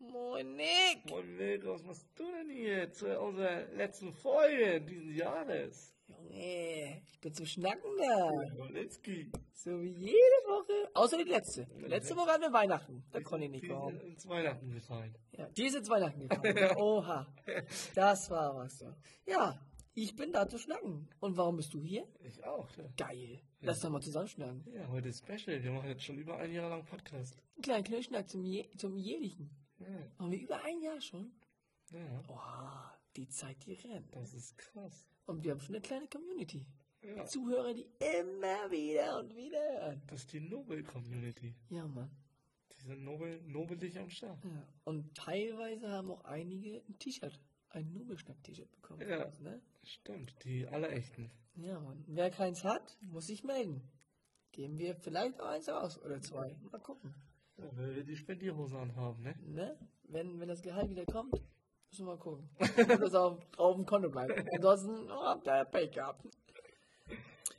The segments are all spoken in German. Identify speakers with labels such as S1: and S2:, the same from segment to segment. S1: Monique!
S2: Monique, was machst du denn hier zu unserer letzten Folge dieses Jahres?
S1: Junge, ich bin zum Schnacken da.
S2: Monitzki.
S1: So wie jede Woche. Außer die letzte. Letzte Woche hatten wir Weihnachten. Da konnte ich nicht
S2: Die
S1: kommen.
S2: sind ins Weihnachten gefallen.
S1: Ja, die sind zu Weihnachten gekommen. Oha. Das war was. Ja. ja, ich bin da zu schnacken. Und warum bist du hier?
S2: Ich auch. Ja.
S1: Geil. Lass doch mal zusammen schnacken.
S2: ja, heute ist Special. Wir machen jetzt schon über ein Jahr lang Podcast.
S1: Einen kleinen Knirschnack zum, Je zum Jährlichen.
S2: Ja,
S1: Haben wir über ein Jahr schon?
S2: ja.
S1: Oha, die Zeit, die rennt.
S2: Das ist krass.
S1: Und wir haben schon eine kleine Community.
S2: Ja.
S1: Zuhörer, die immer wieder und wieder hören.
S2: Das ist die Nobel-Community.
S1: Ja, Mann.
S2: Die sind nobel, nobelig am Start.
S1: Ja. Und teilweise haben auch einige ein T-Shirt, ein Nobelschnack-T-Shirt bekommen.
S2: Ja.
S1: Also, ne?
S2: Stimmt, die allerechten.
S1: ja, Mann. Wer keins hat, muss sich melden. Geben wir vielleicht auch eins aus oder zwei. Mal gucken.
S2: Ja, weil wir die Spendierhose anhaben, ne?
S1: Ne? Wenn, wenn das Gehalt wieder kommt, müssen wir mal gucken. Ob das auf, auf dem Konto bleibt. Ansonsten oh, habt ihr Pech gehabt.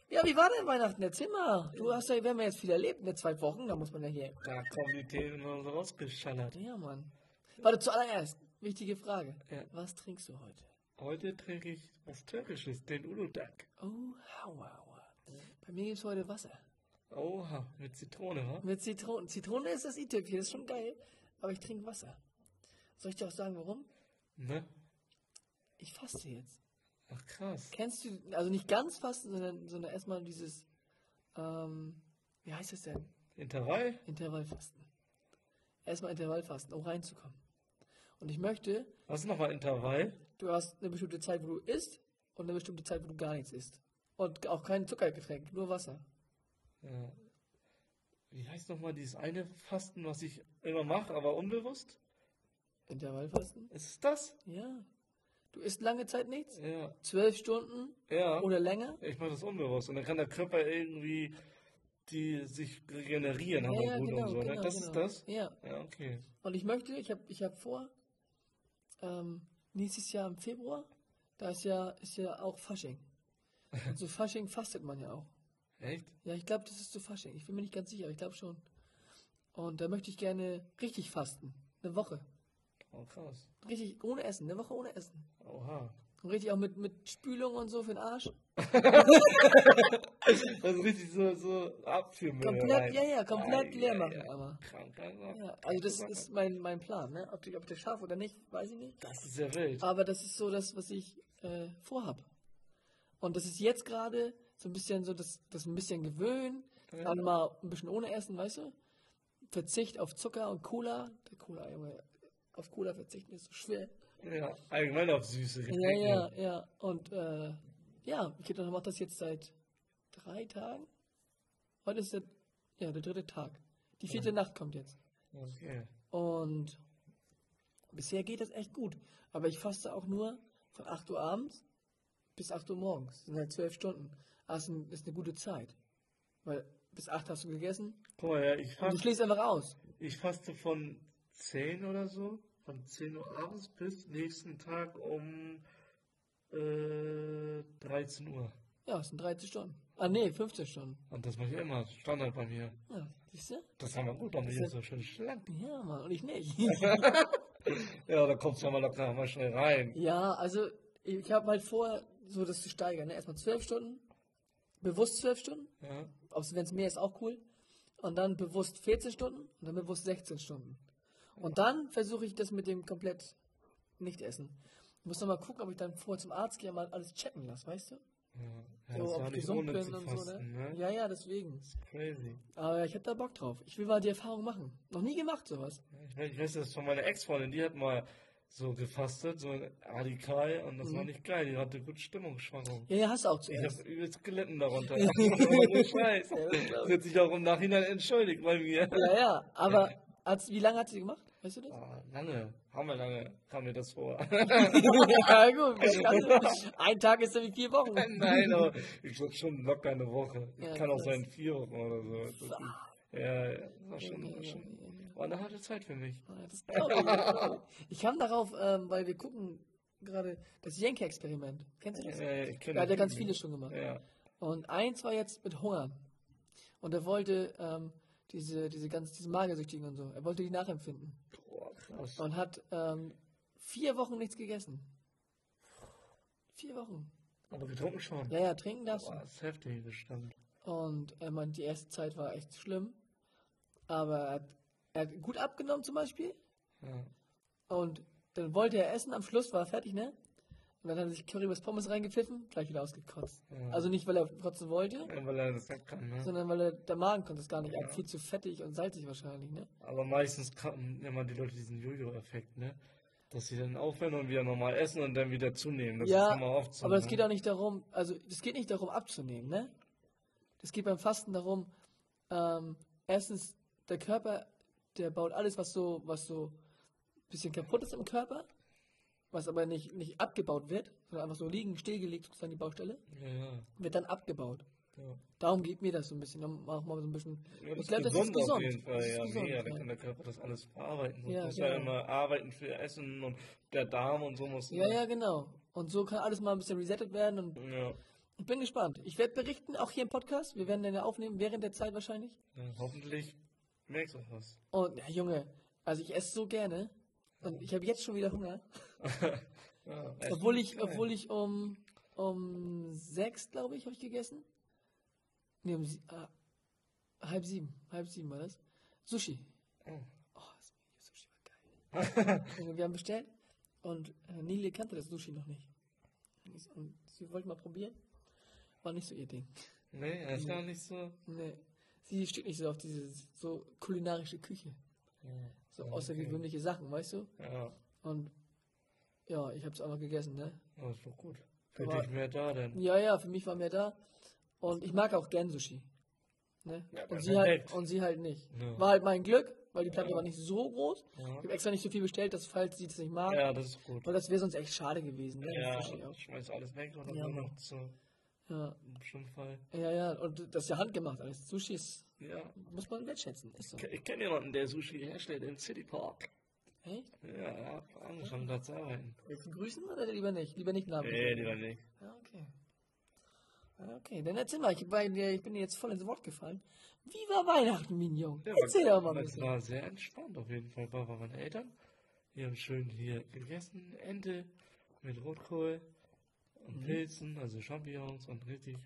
S1: Ja, wie war denn Weihnachten? Erzähl mal. Du hast ja, wir haben ja jetzt viel erlebt in den zwei Wochen, da muss man ja hier.
S2: Da kommen die Themen also rausgeschallert.
S1: Ja, Mann. Warte, zuallererst, wichtige Frage.
S2: Ja.
S1: Was trinkst du heute?
S2: Heute trinke ich was Türkisches, den Uludak.
S1: Oh, aua, aua. Bei mir gibt's heute Wasser.
S2: Oha, mit Zitrone, wa?
S1: Mit Zitronen. Zitrone ist das i-Tüpfchen, ist schon geil. Aber ich trinke Wasser. Soll ich dir auch sagen, warum?
S2: Ne?
S1: Ich faste jetzt.
S2: Ach krass.
S1: Kennst du, also nicht ganz fasten, sondern, sondern erstmal dieses, ähm, wie heißt das denn?
S2: Intervall?
S1: Intervallfasten. Erstmal Intervallfasten, um reinzukommen. Und ich möchte,
S2: Was ist nochmal Intervall?
S1: du hast eine bestimmte Zeit, wo du isst und eine bestimmte Zeit, wo du gar nichts isst. Und auch kein Zuckergetränk, nur Wasser.
S2: Ja. Äh, Wie heißt nochmal dieses eine Fasten, was ich immer mache, aber unbewusst?
S1: Intervallfasten?
S2: Ist es das?
S1: Ja. Du isst lange Zeit nichts?
S2: Ja.
S1: Zwölf Stunden
S2: Ja.
S1: oder länger?
S2: Ich mache das unbewusst. Und dann kann der Körper irgendwie die sich regenerieren,
S1: Ja,
S2: haben wir
S1: ja,
S2: gut
S1: genau,
S2: und so.
S1: genau,
S2: ne? Das
S1: genau.
S2: ist das?
S1: Ja.
S2: Ja, okay.
S1: Und ich möchte, ich habe ich hab vor, ähm, nächstes Jahr im Februar, da ist ja, ist ja auch Fasching. Und zu Fasching fastet man ja auch.
S2: Echt?
S1: Ja, ich glaube, das ist zu Fasching. Ich bin mir nicht ganz sicher, aber ich glaube schon. Und da möchte ich gerne richtig fasten. Eine Woche.
S2: Oh, krass.
S1: Richtig ohne Essen. Eine Woche ohne Essen.
S2: Oha.
S1: Und richtig auch mit, mit Spülung und so für den Arsch.
S2: Das ist Also richtig so, so abführen.
S1: Komplett, ja, ja, komplett leer machen, aber.
S2: Krank, einfach.
S1: Ja, also das ist mein, mein Plan, ne? Ob, die- ob das schaffe oder nicht, weiß ich nicht.
S2: Das ist ja wild.
S1: Aber das ist so das, was ich äh, vorhab. Und das ist jetzt gerade so ein bisschen so das, das ein bisschen gewöhnen,
S2: Ja.
S1: dann mal ein bisschen ohne Essen, weißt du? Verzicht auf Zucker und Cola. Der Cola, Junge, auf Cola verzichten ist so schwer.
S2: Ja, allgemein auf süße
S1: Ja,
S2: Getränke.
S1: ja, ja. Und äh, ja, ich mache das jetzt seit drei Tagen. Heute ist der, ja, der dritte Tag. Die vierte Nacht kommt jetzt.
S2: Okay.
S1: Und bisher geht das echt gut. Aber ich faste auch nur von 8 Uhr abends bis 8 Uhr morgens. Das sind halt 12 Stunden. Also, Das ist eine gute Zeit. Weil bis 8 hast du gegessen
S2: Guck mal, ja, ich
S1: und du
S2: faste,
S1: schläfst einfach aus.
S2: ich faste von 10 oder so, von 10 Uhr abends bis nächsten Tag um äh, 13 Uhr.
S1: Ja, es sind 13 Stunden. Ah, nee, 15 Stunden.
S2: Und das mache ich immer, Standard bei mir.
S1: Ja, siehst du?
S2: Das haben wir gut, bei
S1: Das
S2: mir
S1: ist
S2: ist so schön schlank.
S1: Ja, Mann, und ich nicht.
S2: Ja, da kommst du ja mal locker mal schnell rein.
S1: Ja, also ich habe halt vor, so das zu steigern. Ne? Erstmal zwölf Stunden, bewusst zwölf Stunden,
S2: Ja,
S1: wenn es mehr ist, auch cool. Und dann bewusst 14 Stunden und dann bewusst 16 Stunden. Und dann versuche ich das mit dem komplett Nicht-Essen. Ich muss noch mal gucken, ob ich dann vorher zum Arzt gehe und mal alles checken lasse, weißt du?
S2: ja. ja das war
S1: ich
S2: nicht ohne zu fasten, ne?
S1: Ja, ja, deswegen.
S2: Crazy.
S1: Aber ich habe da Bock drauf. Ich will mal die Erfahrung machen. Noch nie gemacht sowas.
S2: Ich, weiß- ich weiß das von meiner Ex-Freundin, die hat mal so gefastet, so radikal, und das war nicht geil, die hatte gut Stimmungsschwankungen.
S1: Ja, ja, hast du auch
S2: Ich
S1: zuerst.
S2: hab übelst gelitten darunter. Ohne Scheiß.
S1: Ja, das glaub ich.
S2: Sie hat sich auch im Nachhinein entschuldigt bei mir.
S1: Ja, ja, aber hat's, wie lange hat sie gemacht? Weißt du das?
S2: Ah, lange, haben wir lange, kam mir das vor.
S1: ja, gut. Also, ein Tag ist nämlich vier Wochen.
S2: Nein, aber ich war schon locker eine Woche.
S1: Ja,
S2: Kann auch
S1: krass.
S2: sein vier Wochen oder so. Das ist, ja, ja, das war schon, war schon war eine harte Zeit für mich.
S1: Oh, Das glaub ich, das glaub ich. ich kam darauf, ähm, weil wir gucken gerade das Jenke-Experiment. Kennst du das?
S2: Ja, ich kenn
S1: Da hat
S2: das
S1: ja ganz
S2: Ding.
S1: viele schon gemacht.
S2: Äh, genau. Ja,
S1: Und eins war jetzt mit Hungern. Und er wollte ähm, diese, diese ganz, diese Magersüchtigen und so, er wollte die nachempfinden.
S2: krass.
S1: und hat ähm, vier Wochen nichts gegessen. Vier Wochen.
S2: Aber getrunken schon.
S1: Ja, ja, trinken darfst du.
S2: Boah, das ist heftig, das stimmt.
S1: Und er meint, die erste Zeit war echt schlimm. Aber er hat, er hat gut abgenommen zum Beispiel.
S2: Ja.
S1: Und dann wollte er essen, am Schluss war er fertig, ne? Und dann hat er sich Currywurst Pommes reingepfiffen, gleich wieder ausgekotzt.
S2: Ja.
S1: Also nicht, weil er kotzen wollte,
S2: Mhm. Ja, weil er das nicht kann, ne?
S1: sondern weil er, der Magen konnte es gar nicht. Er hat
S2: Ja.
S1: viel zu fettig und salzig wahrscheinlich, ne?
S2: Aber meistens haben immer die Leute diesen Jojo-Effekt, ne? Dass sie dann aufhören und wieder normal essen und dann wieder zunehmen. Das
S1: ja,
S2: ist immer oft so.
S1: aber es
S2: ne?
S1: geht auch nicht darum, also es geht nicht darum abzunehmen, ne? Es geht beim Fasten darum, ähm, erstens, der Körper, der baut alles, was so, was so ein bisschen kaputt ist im Körper, was aber nicht, nicht abgebaut wird, sondern einfach so liegen, stillgelegt, sozusagen die Baustelle,
S2: Ja, ja.
S1: wird dann abgebaut.
S2: ja.
S1: Darum geht mir das so ein bisschen, um auch mal so ein bisschen.
S2: Ja,
S1: ich glaube, das ist gesund.
S2: auf jeden Fall.
S1: Das ist
S2: Ja,
S1: gesund,
S2: mega, da
S1: ja.
S2: kann der Körper das alles verarbeiten. Sonst
S1: Ja,
S2: muss er
S1: genau.
S2: immer arbeiten für Essen und der Darm und so muss.
S1: Ja, ja, genau. Und so kann alles mal ein bisschen resettet werden und
S2: Ja,
S1: ich bin gespannt. Ich werde berichten, auch hier im Podcast. Wir werden den ja aufnehmen, während der Zeit wahrscheinlich.
S2: ja. Hoffentlich merkst du auch was.
S1: Und ja, Junge, also ich esse so gerne und ich habe jetzt schon wieder Hunger,
S2: Ja,
S1: obwohl ich, obwohl ich um um sechs, glaube ich, habe ich gegessen. Nee, um sie, ah, halb sieben, halb sieben war das. Sushi.
S2: Oh.
S1: Oh, das Sushi war geil. Junge, wir haben bestellt und äh, Nile kannte das Sushi noch nicht. Und sie wollte mal probieren, war nicht so ihr Ding.
S2: Nee, das ist gar nicht so.
S1: Nee, sie steht nicht so auf diese so kulinarische Küche,
S2: Ja.
S1: so
S2: Okay.
S1: außergewöhnliche Sachen, weißt du?
S2: Ja,
S1: Und ja, ich habe es auch noch gegessen, ne?
S2: das ist doch gut. Für
S1: Aber-
S2: dich mehr da dann.
S1: Ja, ja, für mich war mehr da. Und ich mag auch gern Sushi. Ne?
S2: Ja,
S1: und,
S2: das
S1: sie
S2: ist
S1: halt,
S2: nett.
S1: und sie halt nicht.
S2: Ja.
S1: War halt mein Glück, weil die Platte
S2: Ja.
S1: war nicht so groß. Ich
S2: Ja,
S1: habe extra nicht so viel bestellt, dass falls sie das nicht mag.
S2: ja das ist gut.
S1: Weil das wäre sonst echt schade gewesen. Ne?
S2: Ja,
S1: Sushi auch.
S2: ich schmeiß alles weg oder
S1: Ja.
S2: nur noch zu.
S1: ja,
S2: Im schlimmen Fall.
S1: ja, ja. Und das ist ja handgemacht alles. Sushi ist,
S2: Ja.
S1: muss man wertschätzen. Ist so.
S2: Ich, ich kenne jemanden, der Sushi herstellt im City Park.
S1: Echt?
S2: Ja, er hat angefangen da zu arbeiten.
S1: Willst du ihn grüßen oder lieber nicht? Lieber nicht Namen.
S2: Nee, lieber nicht.
S1: Ja, okay. Ja, Okay, dann erzähl mal, ich, bei dir, ich bin dir jetzt voll ins Wort gefallen. Wie war Weihnachten, Mignon?
S2: Ja,
S1: Erzähl doch mal ein
S2: Das
S1: bisschen.
S2: war sehr entspannt auf jeden Fall. War bei meinen Eltern. Wir haben schön hier gegessen. Ente mit Rotkohl
S1: Mhm.
S2: und Pilzen, also Champignons und richtig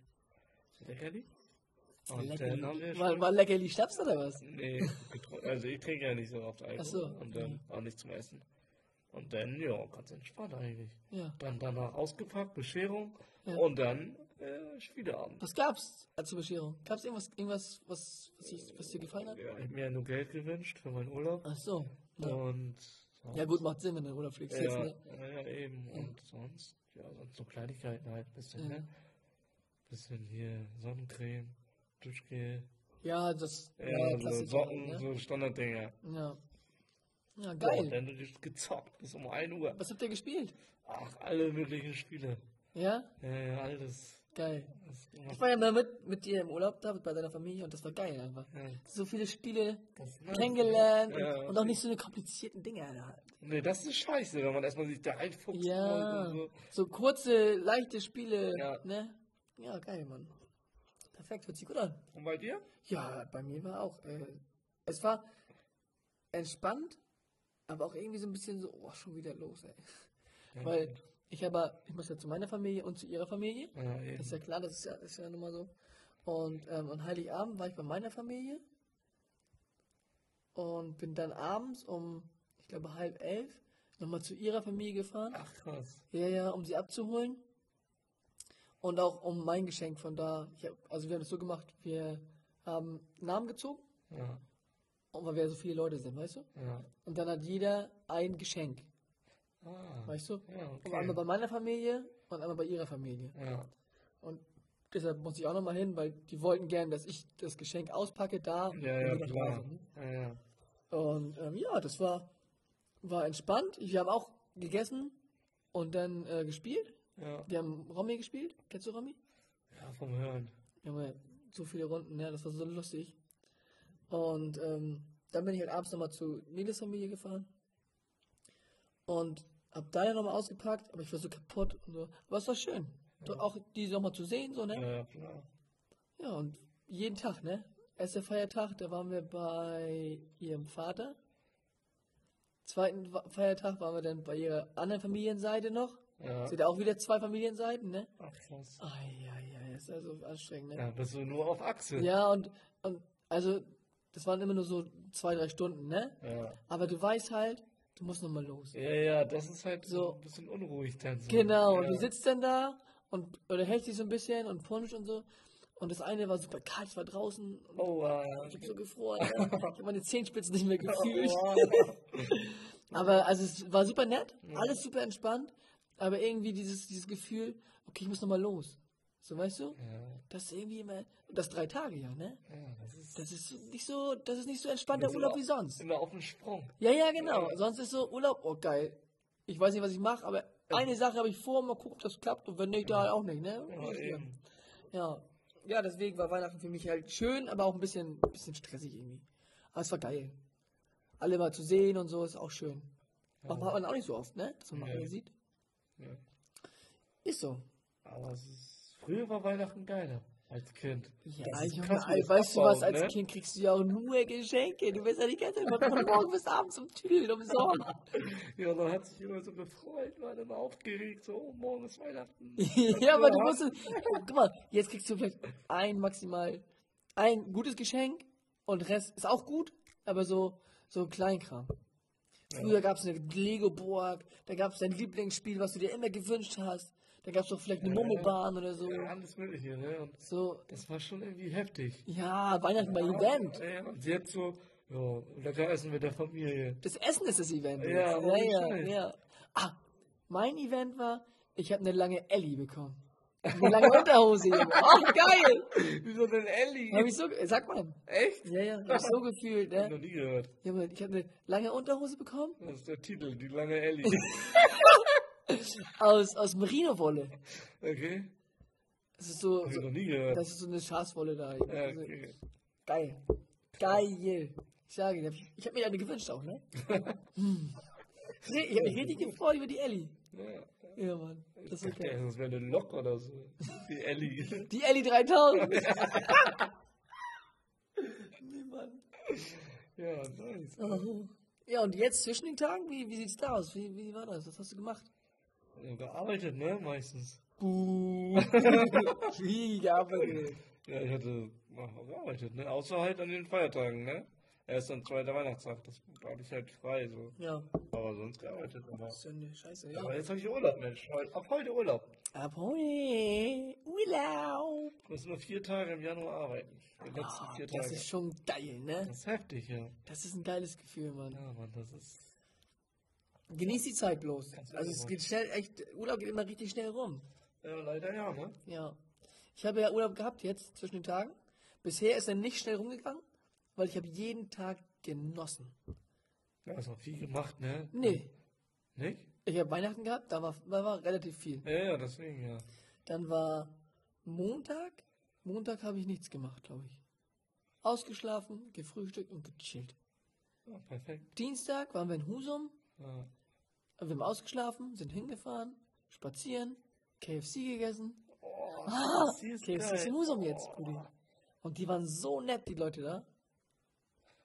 S2: leckerli. Und dann haben wir
S1: Leckerli. War,
S2: schön-
S1: war Leckerli Schnaps oder was?
S2: Nee, getro- also ich trinke ja nicht so oft Alkohol.
S1: Ach so, mhm.
S2: Und dann auch nicht zum Essen. Und dann, ja, ganz entspannt eigentlich.
S1: Ja.
S2: Dann danach ausgepackt, Bescherung
S1: Ja.
S2: und dann äh, Spieleabend.
S1: Was gab's äh, zur Bescherung? Gab's irgendwas, irgendwas was, was, ich, was dir gefallen hat?
S2: Ja, ich hab mir ja nur Geld gewünscht für meinen Urlaub.
S1: Ach so. Ja.
S2: Und
S1: ja, gut, macht Sinn, wenn du Urlaub fliegst. Jetzt,
S2: ja,
S1: ne?
S2: ja, eben. Und sonst, ja, sonst so Kleinigkeiten halt ein bisschen,
S1: Ja.
S2: ne? Bisschen hier Sonnencreme, Duschgel,
S1: ja, das.
S2: ja, so
S1: Klassiker,
S2: Socken,
S1: ne?
S2: so Standarddinger.
S1: ja. ja,
S2: Ja, und
S1: geil.
S2: dann ge- gezockt bis um 1 Uhr.
S1: Was habt ihr gespielt?
S2: Ach, alle möglichen Spiele.
S1: Ja?
S2: Ja, ja, alles.
S1: Geil.
S2: Das,
S1: Ich war ja mal mit, mit dir im Urlaub, David, bei deiner Familie und das war geil einfach.
S2: ja,
S1: So viele Spiele,
S2: das
S1: kennengelernt
S2: Ja.
S1: und, und auch nicht so eine komplizierten Dinge. Alter.
S2: Nee, das ist scheiße, wenn man erstmal sich da einfuchst
S1: Ja,
S2: und so.
S1: so kurze, leichte Spiele,
S2: Ja.
S1: ne? Ja, geil, Mann. Perfekt, hört sich gut an.
S2: Und bei dir?
S1: Ja, bei mir war auch, äh, es war entspannt, aber auch irgendwie so ein bisschen so, oh, schon wieder los, ey. Weil ich aber, ich muss ja zu meiner Familie und zu ihrer Familie.
S2: Ja, eben.
S1: Ist ja klar, das ist ja, ist ja nun mal so. Und ähm, an Heiligabend war ich bei meiner Familie und bin dann abends um, ich glaube, halb elf nochmal zu ihrer Familie gefahren.
S2: Ach, krass.
S1: Ja, ja, um sie abzuholen. Und auch um mein Geschenk von da. Ich hab, also wir haben das so gemacht, wir haben Namen gezogen,
S2: Ja,
S1: und weil wir so viele Leute sind, weißt du?
S2: ja.
S1: Und dann hat jeder ein Geschenk,
S2: Ah,
S1: weißt du?
S2: ja,
S1: Und einmal
S2: okay.
S1: bei meiner Familie und einmal bei ihrer Familie.
S2: Ja,
S1: Und deshalb muss ich auch nochmal hin, weil die wollten gern, dass ich das Geschenk auspacke da.
S2: ja,
S1: wenn
S2: ja,
S1: die noch da
S2: klar.
S1: sind.
S2: Ja, ja.
S1: Und ähm, ja, das war, war entspannt. Wir haben auch gegessen und dann äh, gespielt.
S2: Ja,
S1: Wir haben Romy gespielt. Kennst du Romy?
S2: ja vom Hören.
S1: Junge, so viele Runden, ne? Das war so lustig. Und ähm, dann bin ich halt abends nochmal zu Niles Familie gefahren. Und hab da ja nochmal ausgepackt, aber ich war so kaputt und so. Aber es war schön. Doch Auch die nochmal zu sehen, so, ne?
S2: Ja, ja, klar.
S1: Ja, und jeden Tag, ne? Erster Feiertag, da waren wir bei ihrem Vater. zweiten Wa- Feiertag waren wir dann bei ihrer anderen Familienseite noch.
S2: Ja.
S1: Sind ja auch wieder zwei Familienseiten, ne?
S2: Ach, krass.
S1: Eieiei, ist ja so anstrengend, ne?
S2: Ja, bist du nur auf Achse.
S1: Ja, und, und also, das waren immer nur so zwei, drei Stunden, ne?
S2: Ja,
S1: Aber du weißt halt, du musst nochmal los.
S2: ja, ja, das ist halt so
S1: So.
S2: ein bisschen unruhig dann. So.
S1: Genau,
S2: ja.
S1: und du sitzt dann da und oder hältst dich so ein bisschen und punsch und so. Und das eine war super kalt, ich war draußen und
S2: Oh, äh,
S1: ich hab so gefroren. ja. ich hab meine Zehenspitzen nicht mehr gefühlt.
S2: oh,
S1: Aber also es war super nett, alles super entspannt, aber irgendwie dieses, dieses Gefühl, okay, ich muss nochmal los. So weißt du?
S2: ja,
S1: Das ist irgendwie immer. und Das drei Tage ja, ne?
S2: ja, das ist
S1: Das ist so- nicht so, das ist nicht so entspannter
S2: Wir sind
S1: Urlaub
S2: au-
S1: wie sonst.
S2: immer auf dem Sprung.
S1: Ja, ja, genau. Sonst ist so Urlaub, oh geil. Ich weiß nicht, was ich mache, aber eine Sache habe ich vor, mal gucken, ob das klappt und wenn nicht, dann halt auch nicht, ne?
S2: Ja, eben.
S1: Ja. Ja, deswegen war Weihnachten für mich halt schön, aber auch ein bisschen, bisschen stressig irgendwie. Aber es war geil. Alle mal zu sehen und so ist auch schön. Macht man auch nicht so oft, ne? Dass man mal
S2: Nee.
S1: alle sieht.
S2: Ja.
S1: Ist so.
S2: Aber es ist, früher war Weihnachten geiler als Kind.
S1: Ja,
S2: Das ist
S1: Junge,
S2: krass, wie
S1: ey,
S2: das
S1: weißt du was,
S2: abbaut,
S1: als
S2: ne?
S1: Kind kriegst du ja auch nur Geschenke. Du bist ja die ganze Zeit von morgen bis abends zum Tüdeln um umsorgt.
S2: Ja, da hat sich immer so gefreut, war immer aufgeregt, so, oh, morgen ist Weihnachten.
S1: ja, aber du musstest. Guck mal, jetzt kriegst du vielleicht ein maximal ein gutes Geschenk und Rest ist auch gut, aber so, so Kleinkram. Früher gab es eine Lego-Burg, da gab es dein Lieblingsspiel, was du dir immer gewünscht hast. Da gab es doch vielleicht eine Mummelbahn oder so.
S2: Ja, alles Mögliche, ne? Und
S1: So,
S2: das war schon irgendwie heftig.
S1: ja, Weihnachten war Event.
S2: Ja, und jetzt so, ja, lecker essen mit der Familie.
S1: Das Essen ist das Event.
S2: Ja,
S1: jetzt.
S2: ohne
S1: ja, ja,
S2: Scheiß.
S1: ja. Ah, mein Event war, ich habe eine lange Ellie bekommen. Eine lange Unterhose. Junge. Oh, geil!
S2: Wie so ein
S1: Hab
S2: Ellie.
S1: ich so, sag mal.
S2: Echt?
S1: Ja, ja, hab ich so gefühlt,
S2: Hab
S1: ne?
S2: ich noch nie gehört.
S1: Junge, ich habe eine lange Unterhose bekommen
S2: Das ist der Titel, die lange Ellie.
S1: aus, aus Merino-Wolle.
S2: Okay?
S1: Das ist so,
S2: Hab ich
S1: so,
S2: noch nie gehört.
S1: das ist so eine Schafswolle da.
S2: Ja,
S1: Also,
S2: okay.
S1: geil. Geil. Ich sage dir, ich habe mir eine gewünscht auch, ne? Hm. Nee, ich habe mich richtig gefreut über die Ellie.
S2: Ja.
S1: Ja, Mann. Das
S2: Das,
S1: ist okay.
S2: das wäre eine Lok oder so. Die Ellie.
S1: Die Ellie 3000. nee, Mann.
S2: ja, nice.
S1: Oh. Ja, und jetzt zwischen den Tagen, wie, wie sieht's da aus? Wie, wie war das? Was hast du gemacht?
S2: Ja, gearbeitet, ne? Meistens.
S1: Buh. wie gearbeitet.
S2: Ja, ich hatte ach, gearbeitet, ne? Außer halt an den Feiertagen, ne? Erst am zweiten Weihnachtstag, das war ich halt frei, so.
S1: Ja.
S2: Aber sonst gearbeitet. Aber,
S1: Ist ja eine Scheiße, ja.
S2: aber jetzt habe ich Urlaub, Mensch. Heu- Ab heute Urlaub.
S1: Ab heute Urlaub.
S2: Ich muss nur vier Tage im Januar arbeiten. Die letzten
S1: Ah,
S2: vier Tage.
S1: das ist schon geil, ne?
S2: das ist heftig, ja.
S1: Das ist ein geiles Gefühl, Mann.
S2: Ja, Mann, das ist.
S1: Genieß die Zeit bloß.
S2: Ganz
S1: Also es
S2: ehrlich.
S1: geht schnell, echt, Urlaub geht immer richtig schnell rum.
S2: Ja, leider ja, ne?
S1: Ja. Ich habe ja Urlaub gehabt jetzt zwischen den Tagen. Bisher ist er nicht schnell rumgegangen, weil ich habe jeden Tag genossen.
S2: Ja, hast auch viel gemacht, ne?
S1: Nee,
S2: Nicht?
S1: ich habe Weihnachten gehabt, da war, da war relativ viel.
S2: Ja, ja, deswegen, ja.
S1: Dann war Montag. Montag habe ich nichts gemacht, glaube ich. Ausgeschlafen, gefrühstückt und gechillt.
S2: ja perfekt.
S1: Dienstag waren wir in Husum.
S2: Ja.
S1: Wir haben ausgeschlafen, sind hingefahren, spazieren, KFC gegessen.
S2: Oh,
S1: Ah,
S2: sie ist
S1: KFC ist
S2: geil.
S1: in Husum jetzt,
S2: Oh.
S1: Brudi. Und die waren so nett, die Leute da.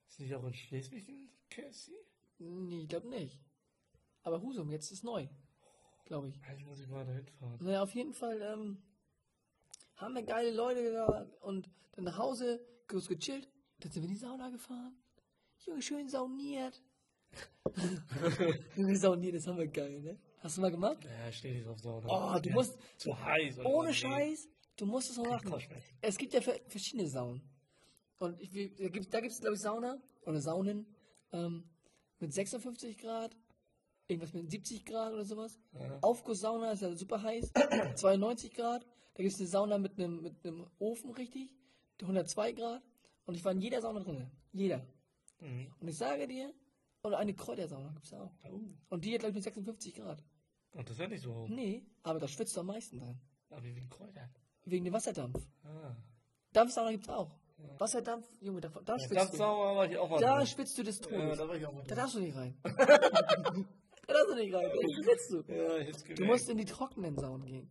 S2: Ist nicht auch in Schleswig ein KFC?
S1: Nee, ich glaube nicht. Aber Husum jetzt ist neu, glaube ich.
S2: Also muss ich mal dahin fahren.
S1: Naja, auf jeden Fall ähm, haben wir geile Leute da und dann nach Hause, kurz gechillt. Dann sind wir in die Sauna gefahren. Junge, schön sauniert. Junge, sauniert, das haben wir geil, ne? Hast du mal gemacht?
S2: Ja, steht nicht auf Sauna.
S1: Oh, du
S2: Ja,
S1: musst-
S2: Zu heiß. oder
S1: Ohne
S2: so.
S1: Scheiß, du musst es so machen.
S2: Kopfschmerzen.
S1: Es gibt ja ver- verschiedene Saunen. Und ich, will- da gibt es, da gibt's, glaube ich, Sauna oder Saunen ähm, mit 56 Grad, irgendwas mit 70 Grad oder sowas.
S2: Ja.
S1: Aufgusssauna ist ja super heiß, 92 Grad. Da gibt es eine Sauna mit einem mit einem Ofen, richtig, 102 Grad. Und ich war in jeder Sauna drin. Jeder.
S2: Mhm.
S1: Und ich sage dir, und eine Kräutersauna gibt es auch.
S2: Oh.
S1: Und die hat, glaube ich, mit 56 Grad.
S2: Und das ist ja nicht so hoch.
S1: Nee, aber da schwitzt du am meisten dran.
S2: Aber wie ein Kräuter.
S1: Wegen dem Wasserdampf.
S2: Ah.
S1: Dampfsauna gibt's auch. Wasserdampf, Junge, da, da
S2: Ja,
S1: schwitzt
S2: das
S1: du.
S2: sauer war ich auch mal.
S1: da
S2: drin.
S1: schwitzt du des
S2: ja,
S1: Todes.
S2: da war ich auch mal.
S1: da
S2: drin.
S1: darfst du nicht rein. da darfst du nicht rein. Da schwitzt du.
S2: Ja, ich hab's gemerkt.
S1: Du musst in die trockenen Saunen gehen.